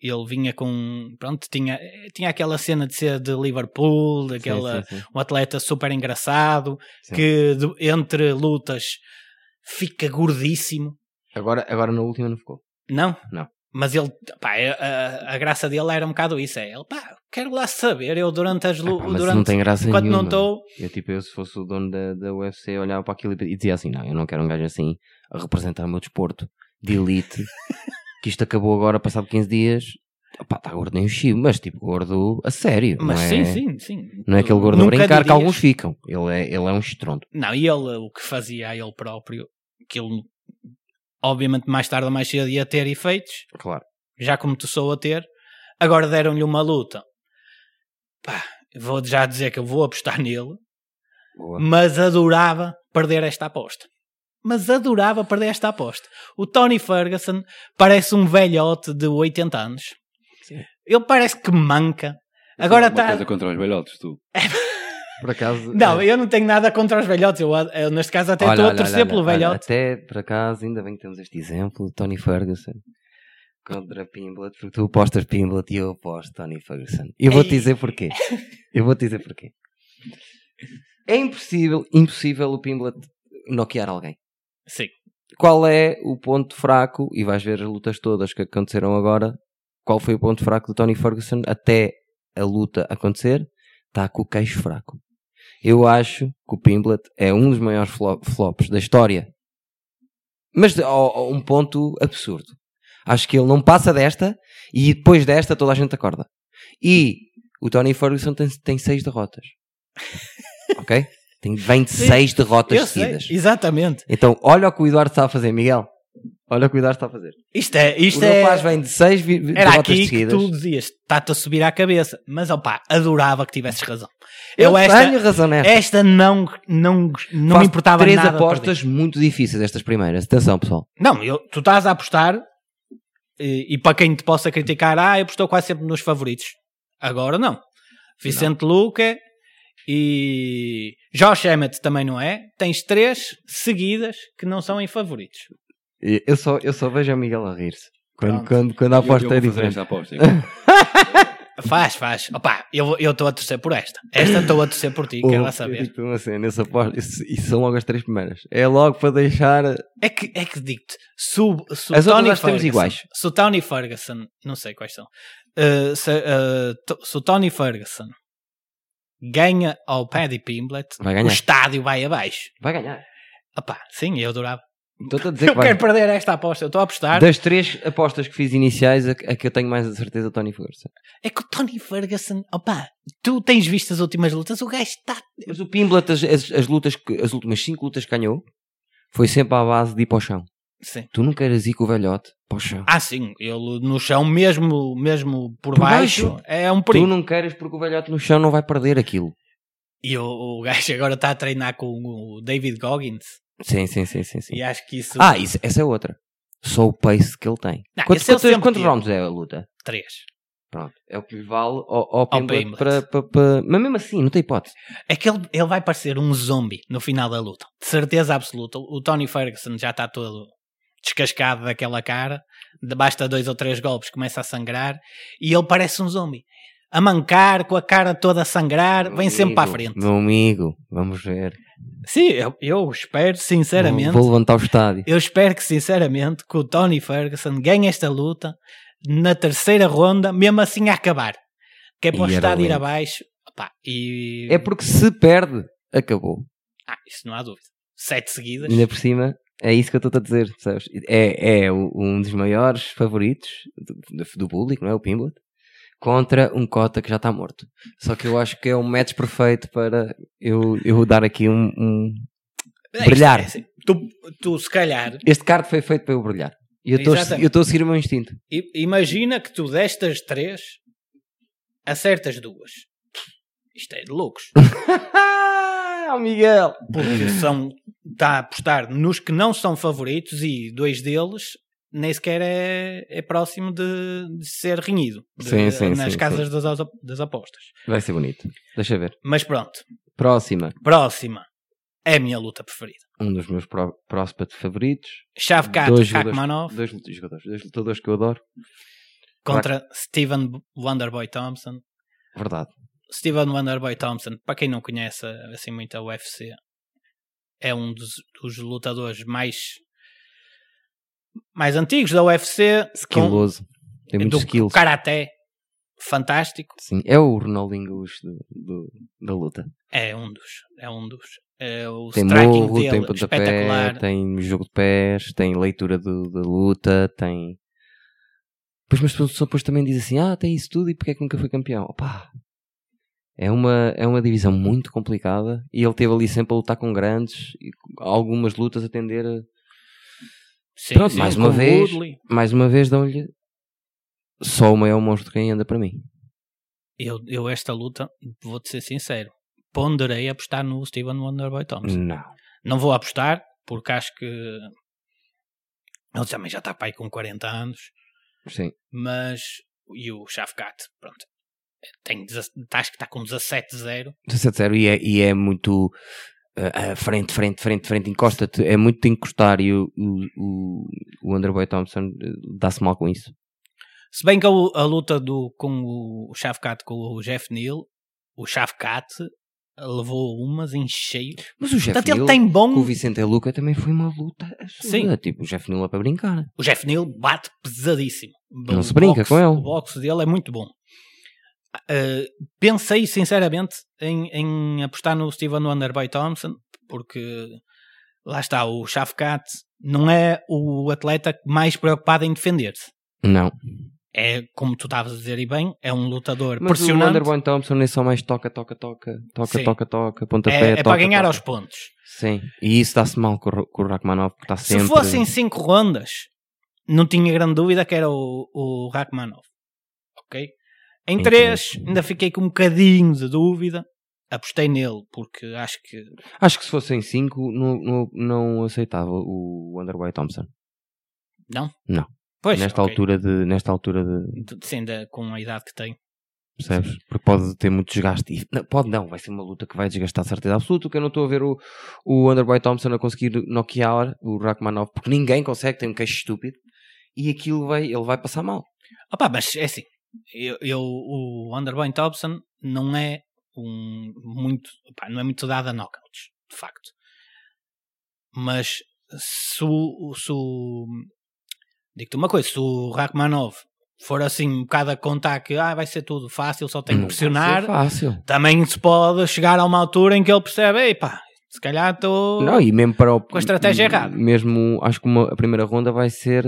Speaker 4: ele vinha com, pronto, tinha, tinha aquela cena de ser de Liverpool, daquela
Speaker 5: Sim, sim, sim.
Speaker 4: um atleta super engraçado,
Speaker 5: Sim.
Speaker 4: que de- entre lutas fica gordíssimo,
Speaker 5: Agora, agora na última não ficou.
Speaker 4: Não?
Speaker 5: Não.
Speaker 4: Mas ele, pá, é, a, a- a graça dele era um bocado isso. É ele, pá, quero lá saber. Eu durante as
Speaker 5: Ah, pá,
Speaker 4: lutas,
Speaker 5: mas não tem graça
Speaker 4: enquanto
Speaker 5: nenhuma.
Speaker 4: não estou,
Speaker 5: Eu, tipo, eu se fosse o dono da, da UFC, olhava para aquilo e e dizia assim: não, eu não quero um gajo assim a representar o meu desporto de elite. que isto acabou agora, passado 15 dias. Opá, está gordo nem o Chivo, mas tipo, gordo a sério.
Speaker 4: mas
Speaker 5: não é,
Speaker 4: sim, sim, sim.
Speaker 5: Não é aquele gordo a
Speaker 4: Nunca
Speaker 5: brincar que
Speaker 4: dirias-
Speaker 5: alguns ficam. Ele é, ele é um estrondo.
Speaker 4: Não, e ele, o que fazia a ele próprio, que ele, obviamente, mais tarde ou mais cedo ia ter efeitos,
Speaker 5: Claro.
Speaker 4: já começou a ter. Agora deram-lhe uma luta. Pá, vou já dizer que eu vou apostar nele,
Speaker 5: Boa.
Speaker 4: mas adorava perder esta aposta. Mas adorava perder esta aposta. O Tony Ferguson parece um velhote de 80 anos.
Speaker 5: Sim.
Speaker 4: Ele parece que manca. Agora
Speaker 6: Uma
Speaker 4: está.
Speaker 6: coisa contra os velhotes, tu.
Speaker 5: Por acaso. é,
Speaker 4: Não, eu não tenho nada contra os velhotes. Eu, eu, neste caso, até estou a torcer pelo
Speaker 5: olha,
Speaker 4: velhote.
Speaker 5: até por acaso, ainda bem que temos este exemplo, Tony Ferguson contra Pimblet, porque tu apostas Pimblet e eu aposto Tony Ferguson. Eu vou-te
Speaker 4: Ei.
Speaker 5: dizer porquê. Eu vou-te dizer porquê. É impossível, impossível o Pimblet noquear alguém.
Speaker 4: Sim.
Speaker 5: Qual é o ponto fraco? E vais ver as lutas todas que aconteceram agora. Qual foi o ponto fraco do Tony Ferguson até a luta acontecer? Está com o queixo fraco. Eu acho que o Pimblet é um dos maiores flo- flops da história. Mas de- ao- a um ponto absurdo. Acho que ele não passa desta e depois desta toda a gente acorda. E o Tony Ferguson tem, tem seis derrotas. ok? Tem 26 derrotas
Speaker 4: Eu sei,
Speaker 5: seguidas.
Speaker 4: exatamente.
Speaker 5: Então, olha o que o Eduardo está a fazer, Miguel. Olha o que o Eduardo está a fazer.
Speaker 4: Isto é. Isto
Speaker 5: o
Speaker 4: é
Speaker 5: rapaz vem de 6 derrotas
Speaker 4: era aqui que
Speaker 5: seguidas.
Speaker 4: tu dizias, está-te a subir à cabeça. Mas opá, adorava que tivesses razão.
Speaker 5: Eu,
Speaker 4: Eu esta-
Speaker 5: tenho razão nesta.
Speaker 4: Esta não, não, não me
Speaker 5: Faço
Speaker 4: importava
Speaker 5: três
Speaker 4: nada. perder.
Speaker 5: apostas muito difíceis estas primeiras. Atenção, pessoal.
Speaker 4: Não, eu- tu estás a apostar e, e para quem te possa criticar, ah, eu apostou quase sempre nos favoritos. Agora não. Vicente Luca e Josh Emmett também não é. Tens três seguidas que não são em favoritos.
Speaker 5: E Eu só, eu só vejo a Miguel a rir-se. Quando,
Speaker 4: Pronto.
Speaker 5: quando, quando a
Speaker 6: Eu- eu vou
Speaker 5: aposta é
Speaker 6: fazer
Speaker 5: diferente.
Speaker 6: esta aposta.
Speaker 4: Faz, faz. Opa, eu eu estou a torcer por esta. Esta estou a torcer por ti, quero lá saber.
Speaker 5: Então, assim, nessa parte, isso, isso são logo as três primeiras. É logo para deixar. eh,
Speaker 4: É que, é que digo-te, se, o- se o
Speaker 5: As outras
Speaker 4: Tony
Speaker 5: nós temos
Speaker 4: Ferguson-
Speaker 5: iguais.
Speaker 4: Se o Tony Ferguson, não sei quais são, eh, se, eh, to- se o Tony Ferguson ganha ao Paddy Pimblett,
Speaker 5: Vai ganhar.
Speaker 4: o estádio vai abaixo.
Speaker 5: Vai ganhar.
Speaker 4: Opá, sim, eu adorava.
Speaker 5: Estou a dizer
Speaker 4: Eu
Speaker 5: que vai.
Speaker 4: quero perder esta aposta, eu estou a apostar.
Speaker 5: Das três apostas que fiz iniciais, a, que- a que eu tenho mais a certeza é o Tony Ferguson.
Speaker 4: É que o Tony Ferguson, opá, tu tens visto as últimas lutas, o gajo está.
Speaker 5: Mas o Pimblet, as, as, as lutas, que- as últimas cinco lutas que ganhou, foi sempre à base de ir para o chão.
Speaker 4: Sim.
Speaker 5: Tu não queres ir com o velhote para o chão.
Speaker 4: Ah, sim, ele no chão, mesmo, mesmo por,
Speaker 5: Por
Speaker 4: baixo,
Speaker 5: baixo.
Speaker 4: é um
Speaker 5: tu
Speaker 4: perigo.
Speaker 5: não queres porque o velhote no chão não vai perder aquilo.
Speaker 4: E o, o gajo agora está a treinar com o David Goggins.
Speaker 5: Sim, sim, sim, sim. sim.
Speaker 4: E é acho que isso.
Speaker 5: Ah, isso, essa é outra. Só o pace que ele tem.
Speaker 4: Não,
Speaker 5: Quantos-
Speaker 4: Ah, esse ele
Speaker 5: quantos,
Speaker 4: sempre
Speaker 5: quantos
Speaker 4: teve.
Speaker 5: rounds é a luta?
Speaker 4: Três.
Speaker 5: Pronto. É o que lhe vale ao, ao Pimblet
Speaker 4: Pimblet.
Speaker 5: para, para, para- Mas mesmo assim, não tem hipótese.
Speaker 4: É que ele, ele vai parecer um zombie no final da luta. De certeza absoluta. O Tony Ferguson já está todo descascado daquela cara. De- Basta dois ou três golpes, começa a sangrar. E ele parece um zombie. A mancar, com a cara toda a sangrar, vem
Speaker 5: Meu
Speaker 4: sempre para a
Speaker 5: amigo,
Speaker 4: frente.
Speaker 5: Meu amigo, vamos ver.
Speaker 4: Sim, eu, eu espero, sinceramente.
Speaker 5: Vou levantar o estádio.
Speaker 4: Eu espero que, sinceramente, que o Tony Ferguson ganhe esta luta na terceira ronda, mesmo assim a acabar. Que é para o
Speaker 5: E era
Speaker 4: estádio ir
Speaker 5: lindo.
Speaker 4: abaixo. Opá, e...
Speaker 5: É porque se perde, acabou.
Speaker 4: Ah, isso não há dúvida. Sete seguidas.
Speaker 5: Ainda por cima, é isso que eu estou a dizer, percebes? É, é o- um dos maiores favoritos do, do- do público, não é? O Pimblet. Contra um Cota que já está morto. Só que eu acho que é um match perfeito para eu, eu dar aqui um. um-
Speaker 4: É, isto
Speaker 5: brilhar.
Speaker 4: é assim. tu, tu, se calhar,
Speaker 5: Este card foi feito para eu brilhar. E eu
Speaker 4: Exatamente.
Speaker 5: estou a seguir o meu instinto.
Speaker 4: i- imagina que tu destas três, acertas duas. Isto é de loucos.
Speaker 5: Ah, Miguel!
Speaker 4: Porque são, está a apostar nos que não são favoritos e dois deles nem sequer é, é próximo de, de ser renhido de-
Speaker 5: Sim, sim,
Speaker 4: nas
Speaker 5: sim,
Speaker 4: casas das, aus- das apostas.
Speaker 5: Vai ser bonito. Deixa ver.
Speaker 4: Mas pronto,
Speaker 5: Próxima.
Speaker 4: próxima é a minha luta preferida.
Speaker 5: Um dos meus pró prospect favoritos.
Speaker 4: Shavkat
Speaker 5: Dois
Speaker 4: Kakmanov
Speaker 5: jogadores, dois jogadores, dois lutadores que eu adoro.
Speaker 4: contra Steven Wonderboy Thompson.
Speaker 5: Verdade.
Speaker 4: Steven Wonderboy Thompson, para quem não conhece assim muito a UFC, é um dos, dos lutadores mais mais antigos da UFC, com, É
Speaker 5: Skilloso. Tem muitos
Speaker 4: do
Speaker 5: skills.
Speaker 4: karaté, fantástico,
Speaker 5: Sim, é o Ronaldinho Gaúcho do, do- da luta.
Speaker 4: é um dos, é um dos, é o
Speaker 5: Tem
Speaker 4: striking
Speaker 5: morro,
Speaker 4: dele
Speaker 5: tem pontapé,
Speaker 4: espetacular,
Speaker 5: tem jogo de pés, tem leitura do- da luta, tem. Pois, mas depois- depois também diz assim: ah, tem isso tudo e porque é que nunca foi campeão? Opa! É uma, é uma divisão muito complicada e ele teve ali sempre a lutar com grandes e com algumas lutas a tender a.
Speaker 4: Sim,
Speaker 5: Pronto,
Speaker 4: sim,
Speaker 5: mais
Speaker 4: com
Speaker 5: uma
Speaker 4: o
Speaker 5: vez.
Speaker 4: Woodley.
Speaker 5: Mais uma vez dão-lhe só o maior monstro que anda para mim.
Speaker 4: Eu, eu esta luta, vou-te ser sincero, ponderei apostar no Steven Wonderboy Thompson.
Speaker 5: Não.
Speaker 4: Não vou apostar, porque acho que ele também já está pai com 40 anos,
Speaker 5: Sim.
Speaker 4: mas e o Shafkat, pronto, tem, deza- acho que está com 17-0.
Speaker 5: 17-0 e é, e é muito ah, ah, frente, frente, frente, frente, encosta-te, é muito de encostar e o, o, o- o Underboy Thompson eh, dá-se mal com isso.
Speaker 4: Se bem que a, lu- a luta do, com o Shafkat com o Jeff Neal, o Shafkat levou umas em cheio.
Speaker 5: Mas o Jeff
Speaker 4: Portanto, ele
Speaker 5: Neal
Speaker 4: tem bom.
Speaker 5: com o Vicente Luca também foi uma luta absurda. Tipo, o Jeff Neal é para brincar.
Speaker 4: O Jeff Neal bate pesadíssimo.
Speaker 5: Não
Speaker 4: O
Speaker 5: se brinca
Speaker 4: boxe-
Speaker 5: com ele.
Speaker 4: O boxe dele é muito bom. Uh, pensei sinceramente em, em apostar no Steven Wonderboy Thompson, porque lá está, o Shafkat não é o atleta mais preocupado em defender-se.
Speaker 5: Não.
Speaker 4: É, como tu estavas a dizer e bem, é um lutador
Speaker 5: Mas o
Speaker 4: pressionante.
Speaker 5: Underboy Thompson é só mais toca, toca, toca, toca,
Speaker 4: Sim.
Speaker 5: toca, toca, pontapé,
Speaker 4: é é
Speaker 5: toca,
Speaker 4: para ganhar
Speaker 5: toca.
Speaker 4: aos pontos.
Speaker 5: Sim. E isso dá-se mal com o, Ro- com o Rachmanov, que está sempre...
Speaker 4: Se fossem cinco rondas, não tinha grande dúvida que era o, o Rachmanov. Ok? Em
Speaker 5: Entendo.
Speaker 4: três, ainda fiquei com um bocadinho de dúvida. Apostei nele, porque acho que.
Speaker 5: Acho que se fossem 5, não, não, não aceitava o Underboy Thompson.
Speaker 4: Pois,
Speaker 5: nesta
Speaker 4: ok.
Speaker 5: altura de nesta altura de
Speaker 4: De- de- ainda com a idade que tem.
Speaker 5: percebes porque pode ter muito desgaste e, não, pode não vai ser uma luta que vai desgastar de certeza absoluta que eu não estou a ver o, o Underboy Thompson a conseguir noquear o Rachmanov porque ninguém consegue tem um queixo estúpido e aquilo vai ele vai passar mal
Speaker 4: Opa, mas é assim. eu, eu- o Wonderboy Thompson não é um muito, pá, não é muito dado a knockouts, de facto. Mas se o, se o- digo-te uma coisa, se o Rachmanov for assim um bocado a contar que ah, vai ser tudo fácil, só tem que
Speaker 5: Não vai ser
Speaker 4: pressionar,
Speaker 5: fácil.
Speaker 4: também se pode chegar a uma altura em que ele percebe, ei pá, se calhar estou
Speaker 5: Não, e mesmo para o.
Speaker 4: com a estratégia errada.
Speaker 5: Mesmo, acho que uma- a primeira ronda vai ser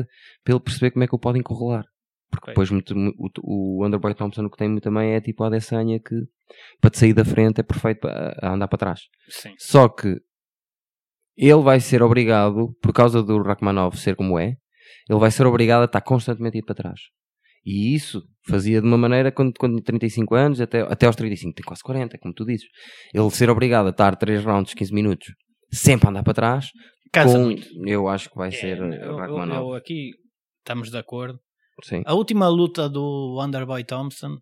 Speaker 5: para ele perceber como é que o podem correlar.
Speaker 4: Porque
Speaker 5: Depois muito- mu- o, o Underboy Thompson o que tem muito também é tipo a Adesanya que para te sair da frente é perfeito para a andar para trás.
Speaker 4: Sim,
Speaker 5: Só que ele vai ser obrigado, por causa do Rachmanov ser como é, ele vai ser obrigado a estar constantemente a ir para trás. E isso fazia de uma maneira, quando, quando tinha 35 anos, até, até aos 35, tem quase 40, como tu dizes. Ele ser obrigado a estar 3 rounds, 15 minutos, sempre a andar para trás,
Speaker 4: cansa
Speaker 5: com-
Speaker 4: muito.
Speaker 5: eu acho que vai ser
Speaker 4: É, eu- eu-
Speaker 5: Rachmanov.
Speaker 4: eu aqui estamos de acordo.
Speaker 5: Sim.
Speaker 4: A última luta do Wonderboy Thompson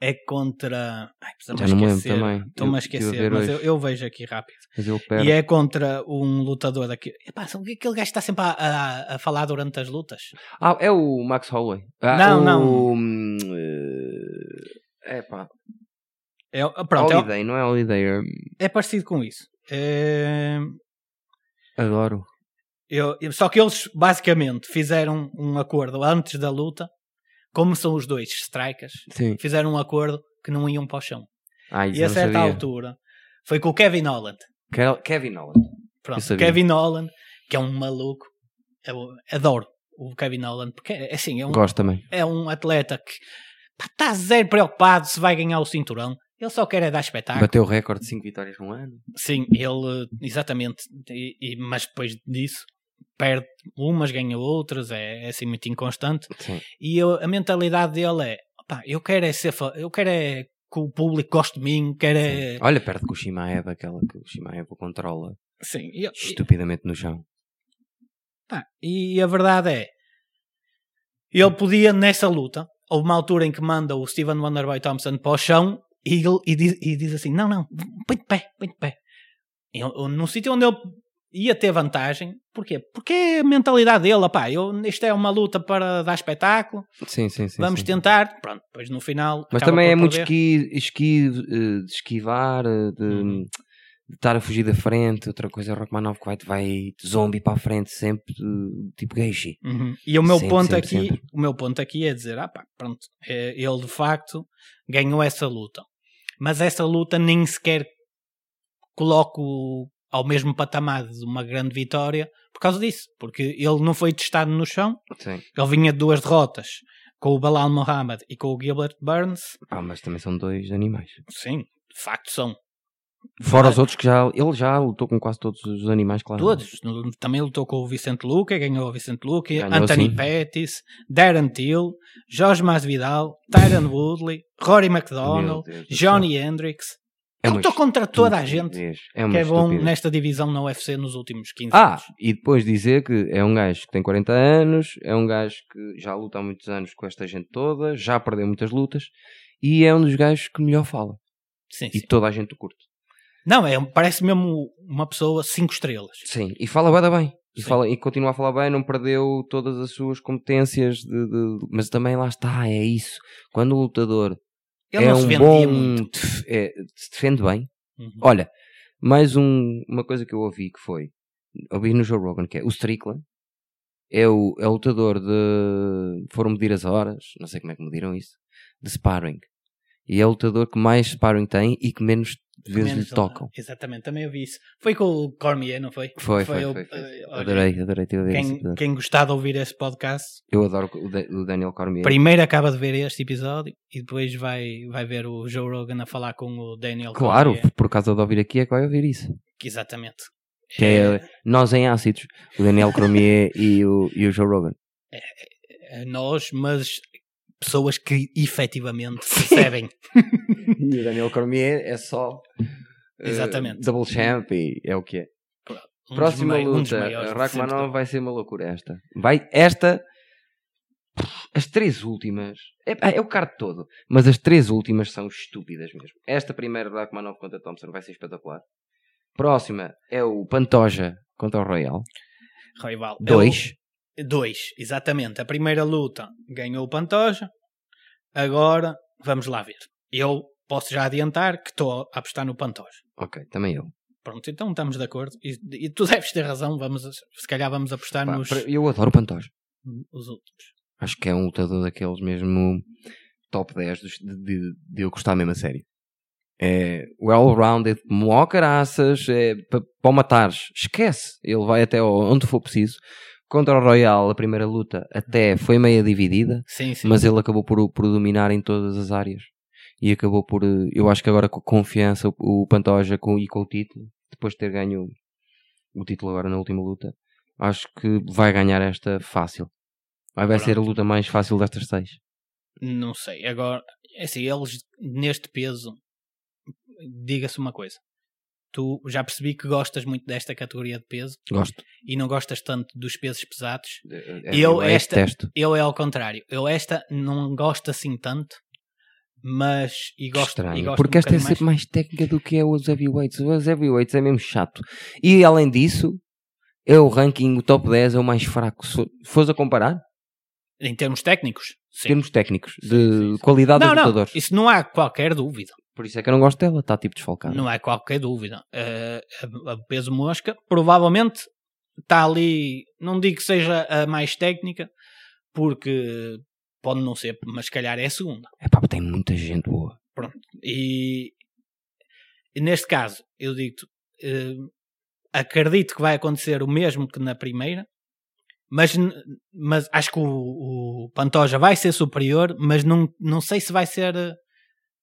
Speaker 4: é contra. Ai,
Speaker 5: Já
Speaker 4: estou-me
Speaker 5: não me
Speaker 4: a
Speaker 5: lembro
Speaker 4: esquecer.
Speaker 5: também.
Speaker 4: Estou-me a
Speaker 5: Eu estive a
Speaker 4: esquecer,
Speaker 5: ver
Speaker 4: mas
Speaker 5: hoje.
Speaker 4: eu, eu vejo aqui rápido.
Speaker 5: Mas ele perde.
Speaker 4: E é contra um lutador daqui. Epá, sabe o que aquele gajo está sempre a, a- a falar durante as lutas?
Speaker 5: Ah, é o Max Holloway. Ah,
Speaker 4: Não,
Speaker 5: o,
Speaker 4: não.
Speaker 5: hum, eh, É pá.
Speaker 4: É, pronto, é,
Speaker 5: Holiday, não é Holiday. é-
Speaker 4: é parecido com isso. É,
Speaker 5: Adoro.
Speaker 4: eu- eu- só que eles basicamente fizeram um acordo antes da luta, como são os dois strikers,
Speaker 5: Sim.
Speaker 4: fizeram um acordo que não iam para o chão.
Speaker 5: Ah, isso
Speaker 4: E a
Speaker 5: não
Speaker 4: certa
Speaker 5: sabia.
Speaker 4: altura foi com o Kevin Holland.
Speaker 5: Kel- Kevin Holland. Eu
Speaker 4: Pronto,
Speaker 5: sabia.
Speaker 4: Kevin Nolan, que é um maluco, eu adoro o Kevin Nolan, porque é assim, é um,
Speaker 5: Gosto também.
Speaker 4: é um atleta que está zero preocupado se vai ganhar o cinturão. Ele só quer é dar espetáculo.
Speaker 5: Bateu o recorde de 5 vitórias num ano.
Speaker 4: Sim, ele, exatamente, e- e- mas depois disso perde umas, ganha outras, é, é assim muito inconstante.
Speaker 5: Sim.
Speaker 4: E eu- a mentalidade dele é, "Opá, eu quero é ser, fa- eu quero é que o público goste de mim, quero é...
Speaker 5: Olha, perto com o Shimaev, aquela que o Shimaev o controla
Speaker 4: Sim, e eu- e-
Speaker 5: estupidamente no chão.
Speaker 4: Pá, e a verdade é, ele podia nessa luta, houve uma altura em que manda o Steven Wonderboy Thompson para o chão e, ele- e diz, e diz assim, não, não, põe de pé, põe de pé. Ele- num sítio onde ele ia ter vantagem, porquê? Porque é a mentalidade dele, pá, eu, isto é uma luta para dar espetáculo,
Speaker 5: Sim, sim, sim.
Speaker 4: vamos
Speaker 5: sim.
Speaker 4: tentar, pronto, depois no final...
Speaker 5: Mas
Speaker 4: acaba
Speaker 5: também
Speaker 4: por
Speaker 5: é muito
Speaker 4: perder.
Speaker 5: esqui, esqui, eh, de esquivar, eh, de,
Speaker 4: Uhum.
Speaker 5: de estar a fugir da frente. Outra coisa é o Rockmanov que vai, vai zombie para a frente sempre, eh, tipo Geishi.
Speaker 4: Uhum. E o meu
Speaker 5: Sempre,
Speaker 4: ponto
Speaker 5: sempre,
Speaker 4: aqui,
Speaker 5: sempre.
Speaker 4: o meu ponto aqui é dizer, ah pá, pronto, eh, ele de facto ganhou essa luta. Mas essa luta nem sequer coloco ao mesmo patamar de uma grande vitória por causa disso, porque ele não foi testado no chão,
Speaker 5: Sim.
Speaker 4: ele vinha de duas derrotas com o Balal Mohammed e com o Gilbert Burns.
Speaker 5: Ah, mas também são dois animais. Ah.
Speaker 4: Sim, de facto são
Speaker 5: Fora os outros que já ele já lutou com quase todos os animais, claro.
Speaker 4: todos. No- Também lutou com o Vicente Luque, ganhou o Vicente Luque,
Speaker 5: Ganhou,
Speaker 4: Anthony
Speaker 5: sim.
Speaker 4: Pettis, Darren Till, Jorge Masvidal, Tyron Woodley, Rory
Speaker 5: Meu
Speaker 4: McDonald,
Speaker 5: Deus do céu.
Speaker 4: Johnny Hendricks.
Speaker 5: É
Speaker 4: Eu
Speaker 5: uma
Speaker 4: estou contra toda a
Speaker 5: estupidez.
Speaker 4: gente
Speaker 5: É uma
Speaker 4: que é bom
Speaker 5: estupidez.
Speaker 4: nesta divisão na UFC nos últimos 15
Speaker 5: Ah,
Speaker 4: anos.
Speaker 5: e depois dizer que é um gajo que tem 40 anos, é um gajo que já luta há muitos anos com esta gente toda, já perdeu muitas lutas e é um dos gajos que melhor fala.
Speaker 4: Sim,
Speaker 5: E
Speaker 4: É sim.
Speaker 5: toda a gente o curte.
Speaker 4: Não, é, um- parece mesmo uma pessoa 5 estrelas.
Speaker 5: Sim, e fala bada bem. E,
Speaker 4: Sim.
Speaker 5: fala, e continua a falar bem, não perdeu todas as suas competências, de, de- mas também lá está, é isso. Quando o lutador
Speaker 4: Ele
Speaker 5: é
Speaker 4: não
Speaker 5: um
Speaker 4: se vendia
Speaker 5: bom,
Speaker 4: muito.
Speaker 5: def- é, se defende bem,
Speaker 4: Uhum.
Speaker 5: Olha, mais um- uma coisa que eu ouvi que foi, ouvi no Joe Rogan, que é o Strickland, é o, é o lutador de, foram medir as horas, não sei como é que mediram isso, de sparring. E é o lutador que mais sparring tem e que menos vezes
Speaker 4: Menos-
Speaker 5: lhe tocam.
Speaker 4: Exatamente, também eu vi isso. Foi com o Cormier, não foi?
Speaker 5: Foi, foi,
Speaker 4: o-
Speaker 5: foi. foi.
Speaker 4: eh, olha,
Speaker 5: Adorei, adorei ter ouvido esse
Speaker 4: Quem,
Speaker 5: episódio.
Speaker 4: quem gostar de ouvir esse podcast,
Speaker 5: Eu adoro o, Da- o Daniel Cormier.
Speaker 4: Primeiro acaba de ver este episódio e depois vai, vai ver o Joe Rogan a falar com o Daniel.
Speaker 5: Claro,
Speaker 4: Cormier.
Speaker 5: por causa de ouvir aqui é que vai ouvir isso.
Speaker 4: Que Exatamente.
Speaker 5: Que é nós em ácidos, o Daniel Cormier e, o, e o Joe Rogan.
Speaker 4: A é Nós, mas pessoas que efetivamente um percebem.
Speaker 5: E o Daniel Cormier é só. eh,
Speaker 4: Exatamente.
Speaker 5: double champ e é o que é.
Speaker 4: Um dos
Speaker 5: Próxima
Speaker 4: mai- um dos
Speaker 5: luta.
Speaker 4: maiores de
Speaker 5: Rachmanov
Speaker 4: sempre.
Speaker 5: vai ser uma loucura esta. Vai, esta. As três últimas. É, é o card todo. Mas as três últimas são estúpidas mesmo. Esta primeira, Rachmanov contra Thompson, vai ser espetacular. Próxima é o Pantoja contra o Royal.
Speaker 4: Rival.
Speaker 5: Dois.
Speaker 4: Dois, exatamente. A primeira luta ganhou o Pantoja. Agora vamos lá ver. Eu posso já adiantar que estou a apostar no Pantoja.
Speaker 5: Ok, também eu.
Speaker 4: Pronto, então estamos de acordo. E, e tu deves ter razão. Vamos, se calhar vamos apostar
Speaker 5: Pá,
Speaker 4: nos
Speaker 5: pra- Eu adoro o Pantoja.
Speaker 4: os últimos.
Speaker 5: Acho que é um lutador daqueles mesmo top 10 dos- de, de- de eu gostar mesmo a sério. É well-rounded, como ao caraças, é para matares. Esquece, ele vai até ao- onde for preciso. Contra o Royal, a primeira luta até foi meia dividida,
Speaker 4: Sim, sim.
Speaker 5: mas ele acabou por, por dominar em todas as áreas. E acabou por, eh, eu acho que agora com confiança, o, o Pantoja com, e com o título, depois de ter ganho o título agora na última luta, acho que vai ganhar esta fácil. Vai, vai ser a luta mais fácil destas seis.
Speaker 4: Não sei. Agora, é assim, eles neste peso, diga-se uma coisa. Tu já percebi que gostas muito desta categoria de peso
Speaker 5: Gosto.
Speaker 4: e não gostas tanto dos pesos pesados.
Speaker 5: É,
Speaker 4: Eu
Speaker 5: é
Speaker 4: esta-
Speaker 5: Testo.
Speaker 4: Eu é ao contrário. Eu esta não gosto assim tanto, mas e gosto,
Speaker 5: Estranho,
Speaker 4: e gosto um
Speaker 5: porque esta é
Speaker 4: bocadinho
Speaker 5: sempre mais técnica do que é os heavyweights. Os heavyweights é mesmo chato. E além disso, é o ranking, o top 10 é o mais fraco. Se fores a comparar,
Speaker 4: em termos técnicos.
Speaker 5: em
Speaker 4: Sim.
Speaker 5: termos técnicos, de
Speaker 4: sim, sim.
Speaker 5: qualidade
Speaker 4: não,
Speaker 5: dos
Speaker 4: não,
Speaker 5: lutadores.
Speaker 4: isso não há qualquer dúvida.
Speaker 5: Por isso é que eu não gosto dela, está tipo desfalcada.
Speaker 4: Não há qualquer dúvida. Eh, a, a peso mosca provavelmente está ali, não digo que seja a mais técnica, porque pode não ser, mas se calhar é a segunda.
Speaker 5: É pá, tem muita gente boa.
Speaker 4: E e neste caso, eu digo-te, eh, acredito que vai acontecer o mesmo que na primeira, mas, n- mas acho que o, o Pantoja vai ser superior, mas não, não sei se vai ser eh,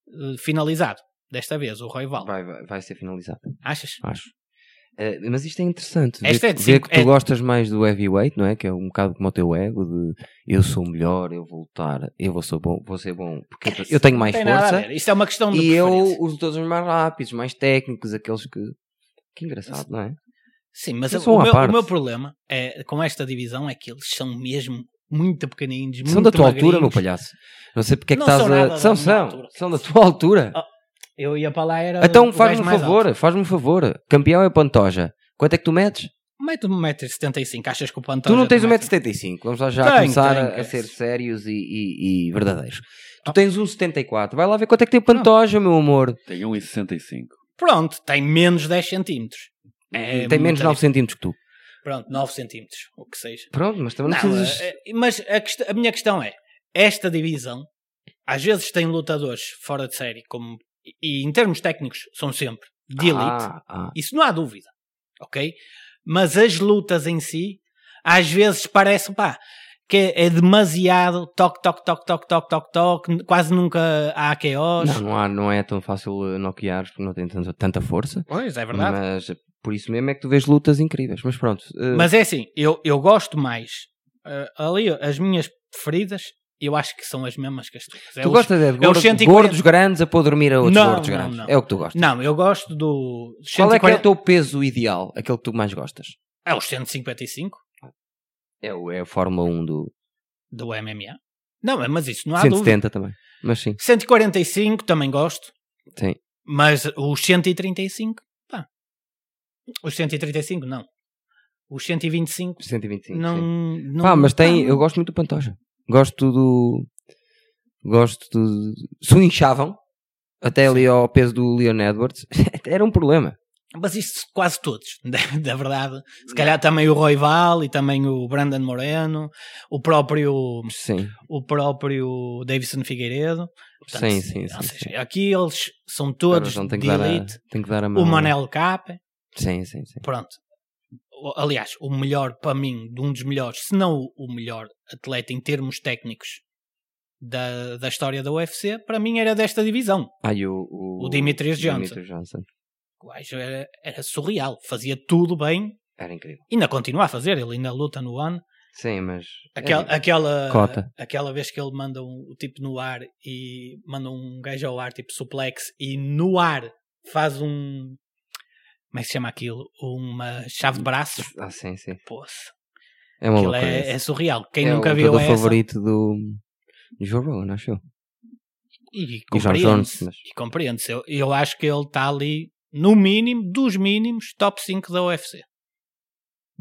Speaker 4: eh, finalizado desta vez, o Roival.
Speaker 5: Vai, vai, vai ser finalizada,
Speaker 4: Achas?
Speaker 5: acho. Eh, mas isto é interessante.
Speaker 4: Esta
Speaker 5: ver,
Speaker 4: é de
Speaker 5: ver
Speaker 4: cinco-
Speaker 5: que tu
Speaker 4: é-
Speaker 5: gostas mais do heavyweight, não é? Que é um bocado como o teu ego de eu sou o melhor, eu vou lutar, eu vou ser bom, vou ser bom porque eu- eu tenho mais
Speaker 4: É, Não tem nada a
Speaker 5: força.
Speaker 4: ver. Isso é uma questão de
Speaker 5: E eu,
Speaker 4: preferência.
Speaker 5: os lutadores mais rápidos, mais técnicos, aqueles que. Que engraçado, não é?
Speaker 4: Sim, mas
Speaker 5: Eles
Speaker 4: o
Speaker 5: são à
Speaker 4: meu,
Speaker 5: parte.
Speaker 4: o meu problema é, com esta divisão é que eles são mesmo muito pequeninos,
Speaker 5: São
Speaker 4: muito
Speaker 5: da tua altura,
Speaker 4: magrinhos.
Speaker 5: meu palhaço. Não sei porque é que
Speaker 4: Não
Speaker 5: estás
Speaker 4: são
Speaker 5: a.
Speaker 4: nada
Speaker 5: São,
Speaker 4: da minha
Speaker 5: são.
Speaker 4: altura.
Speaker 5: São da tua altura.
Speaker 4: Eu ia para lá era
Speaker 5: então
Speaker 4: o
Speaker 5: faz-me
Speaker 4: gajo
Speaker 5: um
Speaker 4: mais alto.
Speaker 5: favor, faz-me um favor. Campeão é Pantoja. Quanto é que tu metes?
Speaker 4: Mete 1,75m, achas que o Pantoja...
Speaker 5: tu não tens
Speaker 4: mete-
Speaker 5: 1,75m. Vamos lá já
Speaker 4: Tá Tenho,
Speaker 5: começar
Speaker 4: tenho,
Speaker 5: a- a,
Speaker 4: cara.
Speaker 5: ser sérios e, e- e verdadeiros. Tu
Speaker 4: Ah.
Speaker 5: tens 1,74m. Vai lá ver quanto é que tem o Pantoja, meu amor.
Speaker 6: Tem 1,65.
Speaker 4: Pronto, tem menos 10 cm. É,
Speaker 5: É, tem menos 9 cm que tu.
Speaker 4: Pronto, 9 cm, o que seja.
Speaker 5: Pronto, mas também não,
Speaker 4: Não,
Speaker 5: precisas.
Speaker 4: eh, eh, mas a, quest- a minha questão é: esta divisão às vezes tem lutadores fora de série, como, e, e em termos técnicos são sempre de elite.
Speaker 5: Ah, ah.
Speaker 4: Isso não há dúvida, ok? Mas as lutas em si, às vezes parece, pá, que é demasiado toque, toque, toque, toque, toque, toque, toque, quase nunca há KOs.
Speaker 5: Não, não, há- não é tão fácil eh, noquear porque não tem tanta, tanta força.
Speaker 4: Pois, é verdade.
Speaker 5: Mas eh, por isso mesmo é que tu vês lutas incríveis. Mas pronto, eh,
Speaker 4: Mas é assim, eu, eu gosto mais. eh, ali, as minhas preferidas, eu acho que são as mesmas que as tuas. É
Speaker 5: tu
Speaker 4: os-
Speaker 5: gostas é de
Speaker 4: é os
Speaker 5: gordos,
Speaker 4: 140.
Speaker 5: gordos grandes a pôr dormir a outros
Speaker 4: Não,
Speaker 5: gordos
Speaker 4: não,
Speaker 5: grandes.
Speaker 4: não.
Speaker 5: É o que tu gostas.
Speaker 4: Não, eu gosto do.
Speaker 5: Qual é que é o
Speaker 4: 140
Speaker 5: teu peso ideal? Aquele que tu mais gostas?
Speaker 4: é os 155
Speaker 5: É, o- é a Fórmula 1 do
Speaker 4: do MMA. Não, mas isso não há dúvida.
Speaker 5: 170 também. Mas sim,
Speaker 4: 145 também gosto.
Speaker 5: Sim.
Speaker 4: Mas os 135, pá. Os 135 não. Os 125
Speaker 5: 125.
Speaker 4: não,
Speaker 5: sim.
Speaker 4: não.
Speaker 5: Pá, mas tem,
Speaker 4: pá,
Speaker 5: eu gosto muito do Pantoja. Gosto do. Gosto do. Se o inchavam, até ali ao peso do Leon Edwards, era um problema.
Speaker 4: Mas isso quase todos, da, da verdade. Se calhar também o Roival e também o Brandon Moreno, o próprio,
Speaker 5: Sim,
Speaker 4: o próprio Davidson Figueiredo. Portanto,
Speaker 5: sim, sim.
Speaker 4: ou
Speaker 5: sim,
Speaker 4: seja,
Speaker 5: sim.
Speaker 4: aqui eles são todos
Speaker 5: Agora não
Speaker 4: de
Speaker 5: que dar a-
Speaker 4: elite.
Speaker 5: tem que dar a mão.
Speaker 4: O Manel Cap,
Speaker 5: Sim, sim, sim.
Speaker 4: pronto. O- Aliás, o melhor para mim, de um dos melhores, se não o- o melhor atleta em termos técnicos da, da história da UFC, para mim era desta divisão.
Speaker 5: Ah, e o, o,
Speaker 4: O Demetrius Johnson.
Speaker 5: Demetrius Johnson.
Speaker 4: O gajo era, era surreal, fazia tudo bem,
Speaker 5: Era incrível.
Speaker 4: ainda continua a fazer, ele ainda luta no ano.
Speaker 5: Sim, mas.
Speaker 4: Aquela,
Speaker 5: é,
Speaker 4: aquela,
Speaker 5: Cota.
Speaker 4: aquela vez que ele manda um, o tipo no ar e manda um gajo ao ar, tipo suplex, e no ar faz um. Como é que se chama aquilo? Uma chave de braços.
Speaker 5: Ah, sim, sim.
Speaker 4: Poça.
Speaker 5: É uma
Speaker 4: Aquilo
Speaker 5: loucura.
Speaker 4: é,
Speaker 5: essa.
Speaker 4: é surreal. Quem
Speaker 5: É
Speaker 4: nunca
Speaker 5: o
Speaker 4: viu
Speaker 5: lutador
Speaker 4: essa.
Speaker 5: favorito do. Joe Rogan, acho eu.
Speaker 4: E
Speaker 5: E John Jones,
Speaker 4: compreende-se.
Speaker 5: mas-
Speaker 4: E compreende-se. Eu, eu tá acho que ele está ali, no mínimo, dos mínimos, top 5 da UFC.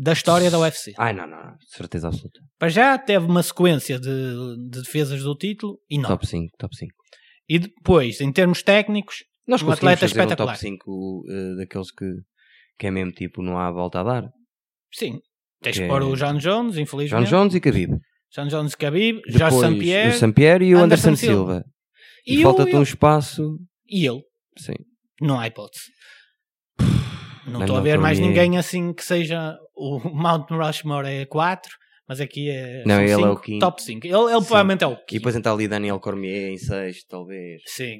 Speaker 4: da história da UFC.
Speaker 5: Ai, não, não, não. Certeza absoluta.
Speaker 4: Para já teve uma sequência de, de defesas do título enorme.
Speaker 5: Top 5, top 5.
Speaker 4: E depois, em termos técnicos,
Speaker 5: Nós
Speaker 4: Um
Speaker 5: conseguimos
Speaker 4: atleta
Speaker 5: fazer um
Speaker 4: espetacular.
Speaker 5: top 5 eh, daqueles que, que é mesmo tipo, não há volta a dar.
Speaker 4: sim. Tens
Speaker 5: Que
Speaker 4: de
Speaker 5: é-
Speaker 4: pôr o John Jones,
Speaker 5: John
Speaker 4: infelizmente. John,
Speaker 5: Jones e Khabib.
Speaker 4: Jones e Khabib,
Speaker 5: Depois,
Speaker 4: Jorge St.
Speaker 5: o
Speaker 4: Pierre
Speaker 5: Sampier e o
Speaker 4: Anderson
Speaker 5: Anderson,
Speaker 4: Silva.
Speaker 5: Silva. E,
Speaker 4: E o-
Speaker 5: falta-te um espaço.
Speaker 4: e ele.
Speaker 5: Sim.
Speaker 4: Não há hipótese. Não
Speaker 5: Nem
Speaker 4: estou a
Speaker 5: não
Speaker 4: ver
Speaker 5: estou
Speaker 4: mais
Speaker 5: nem aí.
Speaker 4: ninguém assim que seja. O Mount Rushmore é 4, mas aqui é.
Speaker 5: Não,
Speaker 4: são
Speaker 5: ele é
Speaker 4: cinco,
Speaker 5: o quinto.
Speaker 4: Top 5. Ele, ele
Speaker 5: Sim.
Speaker 4: provavelmente é o
Speaker 5: E
Speaker 4: quinto.
Speaker 5: depois entra ali Daniel Cormier em 6, talvez.
Speaker 4: Sim,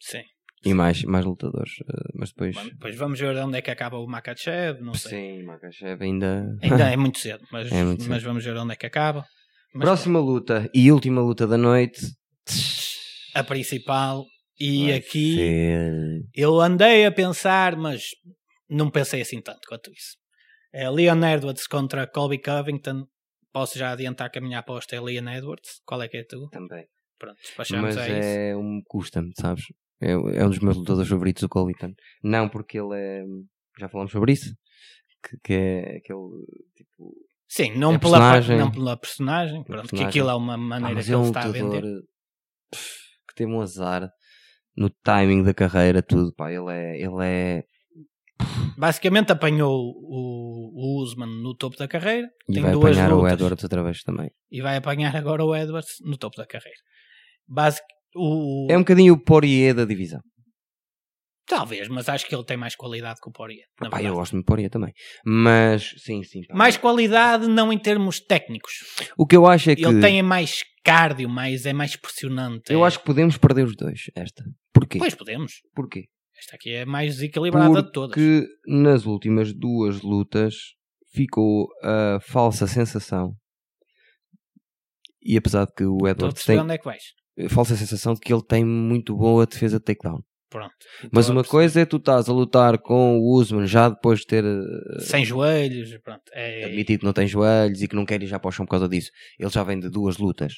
Speaker 4: sim.
Speaker 5: E mais, mais lutadores. eh, Mas depois.
Speaker 4: Bom, Depois vamos ver onde é que acaba o Makachev, não sei.
Speaker 5: Sim, Makachev ainda.
Speaker 4: Ainda é muito cedo, mas,
Speaker 5: É muito cedo.
Speaker 4: mas vamos ver onde é que acaba. Mas é.
Speaker 5: Próxima luta e última luta da noite.
Speaker 4: pronto, a principal. E
Speaker 5: Vai
Speaker 4: aqui
Speaker 5: ser-
Speaker 4: eu andei a pensar, mas não pensei assim tanto quanto isso. É Leon Edwards contra Colby Covington. Posso já adiantar que a minha aposta é Leon Edwards. Qual é que é tu?
Speaker 5: Também.
Speaker 4: Pronto, despachamos
Speaker 5: Mas
Speaker 4: a isso.
Speaker 5: é um custa-me, sabes? É, é um dos meus lutadores favoritos, o Covington. Não porque ele é. Já falámos sobre isso. Que, que é aquele. Tipo,
Speaker 4: Sim, não,
Speaker 5: é
Speaker 4: pela,
Speaker 5: personagem.
Speaker 4: não pela personagem, pronto, que
Speaker 5: personagem.
Speaker 4: aquilo é uma
Speaker 5: Ah,
Speaker 4: maneira
Speaker 5: mas
Speaker 4: que
Speaker 5: é
Speaker 4: ele
Speaker 5: um
Speaker 4: está a vender.
Speaker 5: lutador pff, que teve um azar no timing da carreira, tudo. Pá, ele é. Ele é
Speaker 4: Basicamente apanhou o, o Usman no topo da carreira
Speaker 5: e
Speaker 4: Tem
Speaker 5: vai
Speaker 4: duas
Speaker 5: apanhar o
Speaker 4: lutas.
Speaker 5: Edwards outra vez também.
Speaker 4: e vai apanhar agora o Edwards no topo da carreira. Basic, o, É
Speaker 5: É um bocadinho o Poirier da divisão.
Speaker 4: Talvez, mas acho que ele tem mais qualidade que o Poirier. na
Speaker 5: Pá, eu
Speaker 4: verdade.
Speaker 5: gosto de Poirier também. Mas, sim, sim. pá.
Speaker 4: Mais qualidade não em termos técnicos.
Speaker 5: O que eu acho é que.
Speaker 4: Ele tem mais cardio, mais, é mais pressionante.
Speaker 5: Eu
Speaker 4: é-
Speaker 5: acho que podemos perder os dois, esta. Porquê?
Speaker 4: Pois podemos.
Speaker 5: Porquê?
Speaker 4: Esta aqui é a mais desequilibrada de todas.
Speaker 5: Porque nas últimas duas lutas ficou a falsa sensação. E apesar de que o
Speaker 4: Estou a
Speaker 5: Edwards
Speaker 4: perceber
Speaker 5: tem
Speaker 4: onde é que vais.
Speaker 5: falsa sensação de que ele tem muito boa defesa de takedown.
Speaker 4: Pronto.
Speaker 5: Mas
Speaker 4: Estou a
Speaker 5: uma
Speaker 4: perceber.
Speaker 5: coisa é tu estás a lutar com o Usman já depois de ter eh,
Speaker 4: Sem joelhos, pronto. É...
Speaker 5: admitido que não tem joelhos e que não quer ir já para o chão por causa disso. Ele já vem de duas lutas.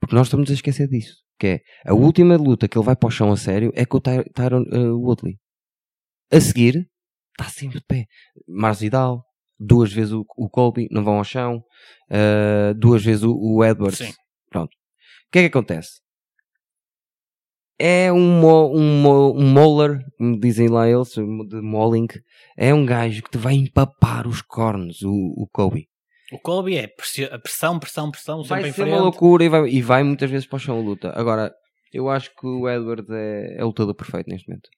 Speaker 5: Porque nós estamos a esquecer disso. Que é a última luta que ele vai para o chão a sério é com o Ty- Tyron eh, Woodley. A seguir, está sempre tá assim de pé. Mars Vidal, duas vezes o, o Colby, não vão ao chão, eh, duas vezes o, o Edwards.
Speaker 4: Sim.
Speaker 5: Pronto. O que é que acontece? É um, mo, um, mo- um molar, como dizem lá eles, um de moling, é um gajo que te vai empapar os cornos, o, o Kobe.
Speaker 4: O Colby é pressi- a pressão, pressão, pressão, sempre
Speaker 5: Vai
Speaker 4: em
Speaker 5: ser
Speaker 4: frente.
Speaker 5: uma loucura e vai, e vai muitas vezes para o chão a luta. Agora, eu acho que o Edward é, é o lutador perfeito neste momento.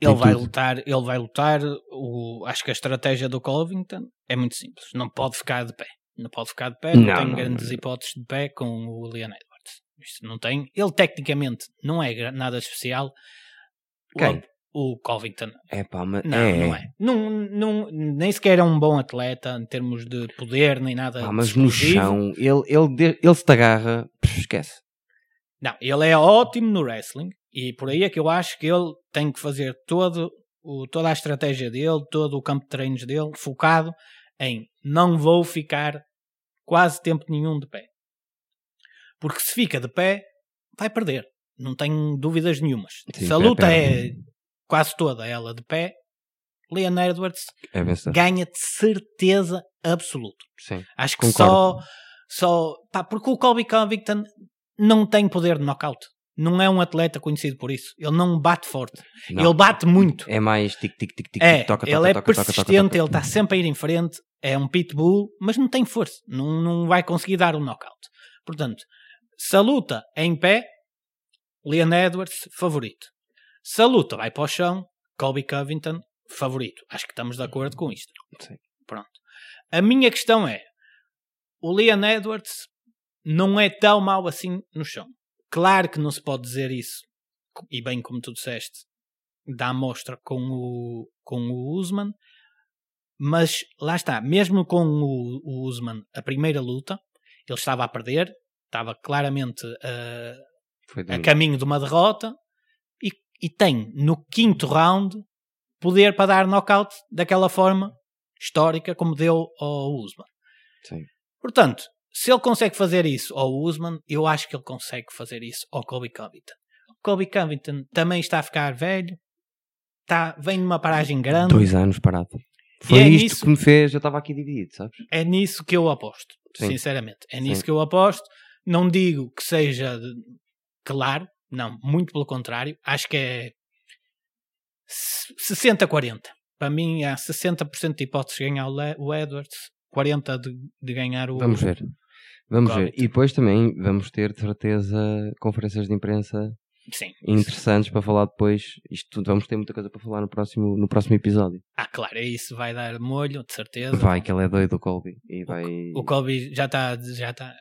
Speaker 4: Ele
Speaker 5: Tem
Speaker 4: vai
Speaker 5: tudo.
Speaker 4: lutar, ele vai lutar. O, acho que a estratégia do Covington é muito simples. Não pode ficar de pé. Não pode ficar de pé, não,
Speaker 5: Não,
Speaker 4: tem
Speaker 5: não,
Speaker 4: grandes hipóteses de pé com o Leon Edwards. Isto não tem. Ele tecnicamente não é gra- nada especial. O-
Speaker 5: Quem?
Speaker 4: O, Covington.
Speaker 5: É pá, mas
Speaker 4: Não,
Speaker 5: é.
Speaker 4: não é. Não, não- nem sequer é um bom atleta em termos de poder, nem nada.
Speaker 5: Pá,
Speaker 4: de
Speaker 5: Ah, mas no
Speaker 4: explosivo.
Speaker 5: chão, ele, ele, de- ele se te agarra, pff, esquece.
Speaker 4: Não, ele é ótimo no wrestling e por aí é que eu acho que ele tem que fazer todo o, toda a estratégia dele, todo o campo de treinos dele, focado em não vou ficar quase tempo nenhum de pé. Porque se fica de pé, vai perder. Não tenho dúvidas nenhumas.
Speaker 5: Sim,
Speaker 4: se a
Speaker 5: pé
Speaker 4: luta é
Speaker 5: perde.
Speaker 4: quase toda ela de pé, Leon Edwards
Speaker 5: É vencedor.
Speaker 4: ganha de certeza absoluta.
Speaker 5: Sim.
Speaker 4: Acho que
Speaker 5: Concordo.
Speaker 4: só. só pá, porque o Colby Covington não tem poder de knockout. Não é um atleta conhecido por isso. Ele não bate forte.
Speaker 5: Não.
Speaker 4: Ele bate muito.
Speaker 5: É mais tic, tic, tic, tic,
Speaker 4: É,
Speaker 5: tic, toca,
Speaker 4: ele
Speaker 5: toca,
Speaker 4: é
Speaker 5: toca, toca,
Speaker 4: persistente,
Speaker 5: toca, toca.
Speaker 4: ele está sempre a ir em frente. É um pitbull, mas não tem força. Não, não vai conseguir dar um knockout. Portanto, se a luta é em pé, Leon Edwards, favorito. Se a luta vai para o chão, Colby Covington, favorito. Acho que estamos de acordo com isto.
Speaker 5: Sim.
Speaker 4: Pronto. A minha questão é: o Leon Edwards não é tão mau assim no chão. Claro que não se pode dizer isso, e bem como tu disseste, da amostra com o, com o Usman, mas lá está, mesmo com o, o Usman, a primeira luta, ele estava a perder, estava claramente a,
Speaker 5: Foi de
Speaker 4: a
Speaker 5: um-
Speaker 4: É caminho de uma derrota e, e tem no quinto round poder para dar knockout daquela forma histórica como deu ao Usman.
Speaker 5: Sim.
Speaker 4: Portanto, se ele consegue fazer isso ao Usman, eu acho que ele consegue fazer isso ao Colby Covington. O Colby Covington também está a ficar velho, está, vem tá, numa paragem grande,
Speaker 5: Dois anos parado. é. Foi
Speaker 4: é
Speaker 5: isto
Speaker 4: nisso-
Speaker 5: que me fez, eu estava aqui dividido, sabes?
Speaker 4: É nisso que eu aposto,
Speaker 5: Sim.
Speaker 4: sinceramente. É nisso
Speaker 5: Sim.
Speaker 4: que eu aposto. Não digo que seja de- claro, não, muito pelo contrário. Acho que é se- 60-40. Para mim, há 60% de hipóteses de ganhar o Le- o Edwards, 40% de, de ganhar o.
Speaker 5: Vamos ver. Vamos ver.
Speaker 4: Covid.
Speaker 5: E depois também vamos ter, de certeza, conferências de imprensa
Speaker 4: Sim.
Speaker 5: interessantes para falar depois. Isto tudo, vamos ter muita coisa para falar no próximo, no próximo episódio.
Speaker 4: Ah, claro, é isso. Vai dar molho, de certeza.
Speaker 5: Vai, que ele é doido, o Colby. E vai...
Speaker 4: O Kobe já está já tá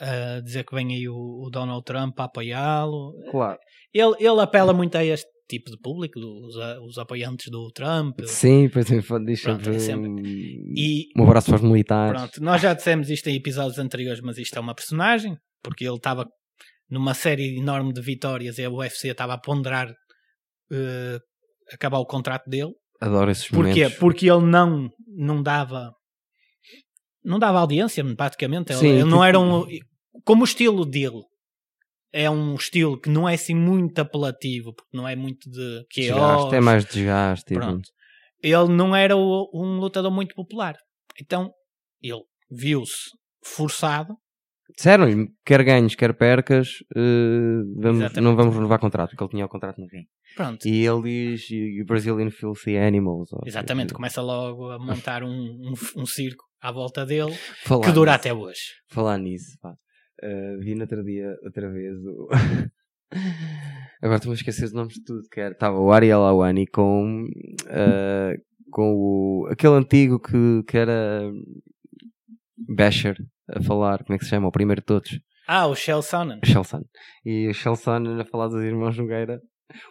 Speaker 4: a dizer que vem aí o, o Donald Trump a apoiá-lo.
Speaker 5: Claro.
Speaker 4: Ele, ele apela muito a este tipo de público, os, a- os apoiantes do Trump.
Speaker 5: Sim, pois é, diz
Speaker 4: Pronto,
Speaker 5: sempre,
Speaker 4: é sempre- E
Speaker 5: Um abraço para os militares.
Speaker 4: pronto, nós já dissemos isto em episódios anteriores, mas isto é uma personagem, porque ele estava numa série enorme de vitórias e a UFC estava a ponderar eh, acabar o contrato dele.
Speaker 5: Adoro esses
Speaker 4: Porquê?
Speaker 5: momentos.
Speaker 4: Porque ele não, não dava não dava audiência, praticamente. Ele,
Speaker 5: Sim,
Speaker 4: ele não
Speaker 5: tipo-
Speaker 4: era um. Como o estilo dele é um estilo que não é assim muito apelativo, porque não é muito de que
Speaker 5: Desgaste, é mais desgaste. tipo.
Speaker 4: Oh, Pronto. Ele não era o- um lutador muito popular. Então, ele viu-se forçado.
Speaker 5: Disseram-lhe, quer ganhos, quer percas, eh, vamos-
Speaker 4: Exatamente.
Speaker 5: não vamos renovar contrato, porque ele tinha o contrato no fim.
Speaker 4: Pronto.
Speaker 5: E ele diz, "You Brazilian filthy animals. Tipo, ou-
Speaker 4: Exatamente. Começa logo a montar um, um, um circo à volta dele,
Speaker 5: Falar
Speaker 4: que dura
Speaker 5: nisso.
Speaker 4: até hoje.
Speaker 5: Falar nisso, pá. Eh, vi no outro dia, outra vez, o... Agora estou-me a esquecer os nomes de tudo, que era- Estava o Ariel Awani com... eh, com o... Aquele antigo que, que era... Basher, a falar, como é que se chama? O primeiro de todos.
Speaker 4: Ah, o Shell Sonnen.
Speaker 5: Shelson. E o Shelson a falar dos irmãos Nogueira.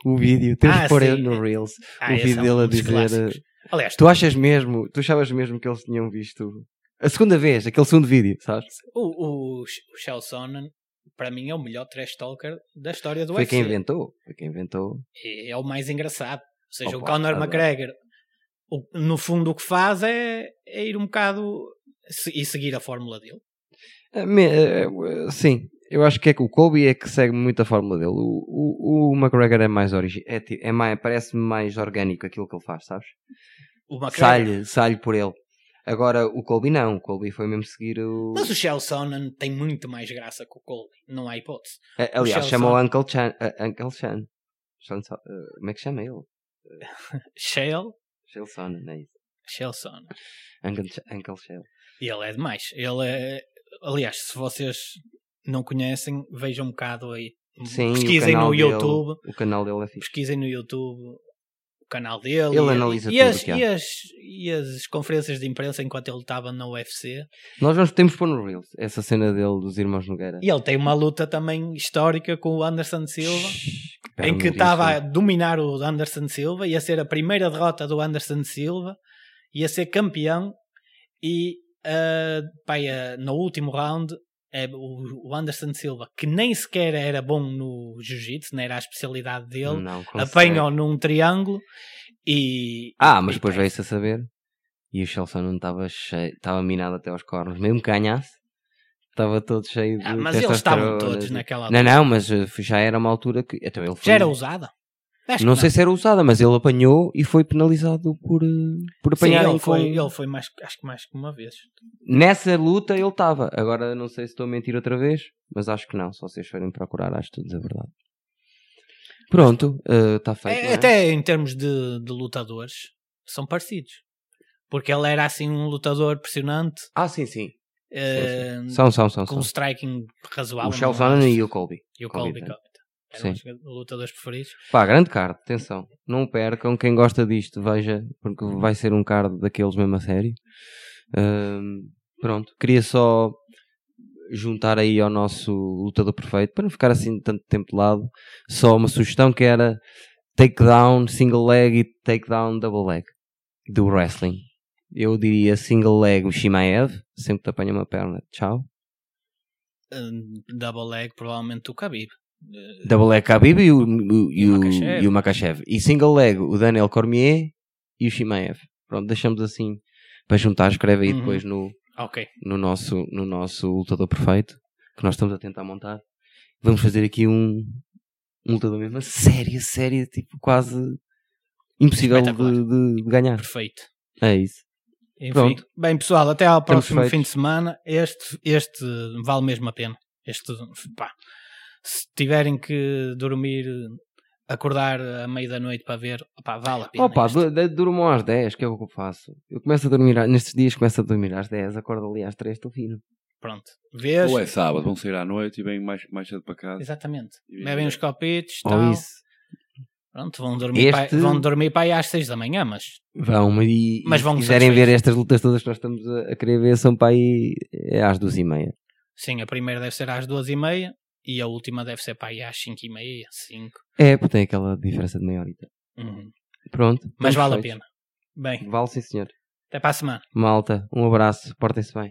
Speaker 5: O vídeo, temos
Speaker 4: Ah,
Speaker 5: que pôr
Speaker 4: sim.
Speaker 5: ele no Reels.
Speaker 4: Ah,
Speaker 5: o
Speaker 4: esse
Speaker 5: vídeo
Speaker 4: é um
Speaker 5: dele a
Speaker 4: dos
Speaker 5: dizer.
Speaker 4: clássicos.
Speaker 5: eh,
Speaker 4: Aliás,
Speaker 5: Tu achas mesmo, tu achavas mesmo que eles tinham visto a segunda vez, aquele segundo vídeo, sabes?
Speaker 4: o, o, o Shell Sonnen, para mim, é o melhor trash talker da história do
Speaker 5: Foi
Speaker 4: UFC.
Speaker 5: quem inventou. Foi quem inventou.
Speaker 4: É, é o mais engraçado. Ou seja, o
Speaker 5: Opa,
Speaker 4: Conor
Speaker 5: adoro.
Speaker 4: McGregor, o- no fundo, o que faz é, é ir um bocado se- e seguir a fórmula dele.
Speaker 5: Ah, me- eh, eh, Sim, eu acho que é que o Kobe é que segue muito a fórmula dele. O, o, o McGregor é mais origi é, ti- é mais, parece-me mais orgânico aquilo que ele faz, sabes?
Speaker 4: O McGregor.
Speaker 5: Sai-lhe, sai-lhe por ele. Agora, o Colby não, o Colby foi mesmo seguir o...
Speaker 4: Mas o Shell Sonnen tem muito mais graça que o Colby, não há hipótese.
Speaker 5: A- É, Aliás,
Speaker 4: Shell
Speaker 5: chama o Uncle Chan. a- Uncle Chan. Sean Son- eh, como é que chama ele?
Speaker 4: Shell,
Speaker 5: Shell Son, não é isso?
Speaker 4: Shell Sonnen.
Speaker 5: Uncle, Ch- Uncle Shell.
Speaker 4: E ele é demais. Ele é, aliás, se vocês não conhecem, vejam um bocado aí.
Speaker 5: Sim,
Speaker 4: pesquisem
Speaker 5: o
Speaker 4: no
Speaker 5: canal dele-
Speaker 4: YouTube,
Speaker 5: O canal dele é fixe.
Speaker 4: pesquisem no YouTube o canal dele.
Speaker 5: Ele
Speaker 4: e-
Speaker 5: analisa
Speaker 4: e,
Speaker 5: tudo
Speaker 4: as,
Speaker 5: o que há.
Speaker 4: e, as, e as conferências de imprensa enquanto ele estava na UFC.
Speaker 5: Nós vamos, temos que pôr no Reels essa cena dele dos Irmãos Nogueira.
Speaker 4: E ele tem uma luta também histórica com o Anderson Silva,
Speaker 5: Shhh,
Speaker 4: em que
Speaker 5: perna
Speaker 4: estava a
Speaker 5: disso.
Speaker 4: dominar o Anderson Silva, ia ser a primeira derrota do Anderson Silva, ia ser campeão e ah, pai, ah, no último round eh, o, o Anderson Silva, que nem sequer era bom no jiu-jitsu, não era a especialidade dele,
Speaker 5: Não consegue.
Speaker 4: apanhou num triângulo e
Speaker 5: Ah, mas
Speaker 4: e
Speaker 5: depois
Speaker 4: perde.
Speaker 5: veio-se a saber. E o Shell Son não estava cheio, estava minado até aos cornos. Mesmo que ganhasse, estava todo cheio de.
Speaker 4: Ah, mas eles estavam
Speaker 5: testosterona.
Speaker 4: todos naquela
Speaker 5: Não,
Speaker 4: altura.
Speaker 5: não, mas eh, já era uma altura que. Então ele foi-
Speaker 4: Já era usada? Acho que
Speaker 5: não sei se era usada, mas ele apanhou e foi penalizado por, eh, por
Speaker 4: Sim,
Speaker 5: apanhar.
Speaker 4: ele foi, ele foi mais, acho que mais que uma vez.
Speaker 5: Nessa luta ele estava. Agora não sei se estou a mentir outra vez, mas acho que não. Se vocês forem procurar, acho tudo a verdade. Pronto, está feito.
Speaker 4: É,
Speaker 5: não é?
Speaker 4: Até em termos de, de lutadores, são parecidos. Porque ele era assim um lutador pressionante,
Speaker 5: Ah, sim, sim.
Speaker 4: eh,
Speaker 5: São, são, são.
Speaker 4: com um
Speaker 5: são.
Speaker 4: striking razoável.
Speaker 5: O Shell
Speaker 4: não é?
Speaker 5: Sonnen e o Colby.
Speaker 4: E o Colby
Speaker 5: Colby,
Speaker 4: Covington.
Speaker 5: Sim.
Speaker 4: Eram os lutadores preferidos.
Speaker 5: Pá, grande card, atenção. Não percam. Quem gosta disto, veja, porque vai ser um card daqueles mesmo a sério. Ahm, pronto, queria só juntar aí ao nosso lutador perfeito, para não ficar assim tanto tempo de lado, só uma sugestão que era takedown single leg e takedown double leg do wrestling. Eu diria single leg o Shimaev, sempre te apanha uma perna, tchau.
Speaker 4: Eh, Double leg, provavelmente o Khabib. Eh,
Speaker 5: Double leg Khabib e o, o- e
Speaker 4: E o
Speaker 5: o-
Speaker 4: Makachev.
Speaker 5: e o Makachev. E single leg o Daniel Cormier e o Shimaev. Pronto, deixamos assim para juntar, escreve aí
Speaker 4: Uhum.
Speaker 5: depois no,
Speaker 4: ok.
Speaker 5: no, nosso, no nosso lutador perfeito que nós estamos a tentar montar. Vamos fazer aqui um, um lutador mesmo a sério, a sério, tipo quase impossível de,
Speaker 4: Espetacular.
Speaker 5: de- de ganhar.
Speaker 4: Perfeito.
Speaker 5: É isso.
Speaker 4: Enfim,
Speaker 5: Pronto.
Speaker 4: bem pessoal, até ao
Speaker 5: Estamos
Speaker 4: próximo
Speaker 5: feitos.
Speaker 4: fim de semana. Este, este vale mesmo a pena. Este, pá. Se tiverem que dormir, acordar à meia da noite para ver, pá, vale a pena.
Speaker 5: Opa,
Speaker 4: este.
Speaker 5: du- du- durmam às 10, que é o que eu faço. Eu começo a dormir, a- nestes dias começo a dormir às 10, acordo ali às 3, estou fino.
Speaker 4: Pronto. Vês?
Speaker 6: Ou é sábado, vão sair à noite e vêm mais, mais cedo para casa.
Speaker 4: Exatamente.
Speaker 6: E-
Speaker 4: Bebem uns copitos,
Speaker 5: Ou
Speaker 4: tal.
Speaker 5: Oh, isso.
Speaker 4: Pronto, vão dormir, para,
Speaker 5: Este-
Speaker 4: vão dormir para aí às 6 da manhã, mas
Speaker 5: Vão, mas e,
Speaker 4: Mas
Speaker 5: e
Speaker 4: vão
Speaker 5: se quiserem
Speaker 4: satisfeitos.
Speaker 5: ver estas lutas todas que nós estamos a, a querer ver, são para aí é às 2 e meia.
Speaker 4: sim, a primeira deve ser às 2 e meia e a última deve ser para aí às 5 e meia, 5.
Speaker 5: É, porque tem aquela diferença de meia horita. Hum, Pronto.
Speaker 4: Mas
Speaker 5: estamos
Speaker 4: vale a pena.
Speaker 5: feitos.
Speaker 4: Bem,
Speaker 5: Vale sim, senhor.
Speaker 4: até para a semana.
Speaker 5: Malta, um abraço, portem-se bem.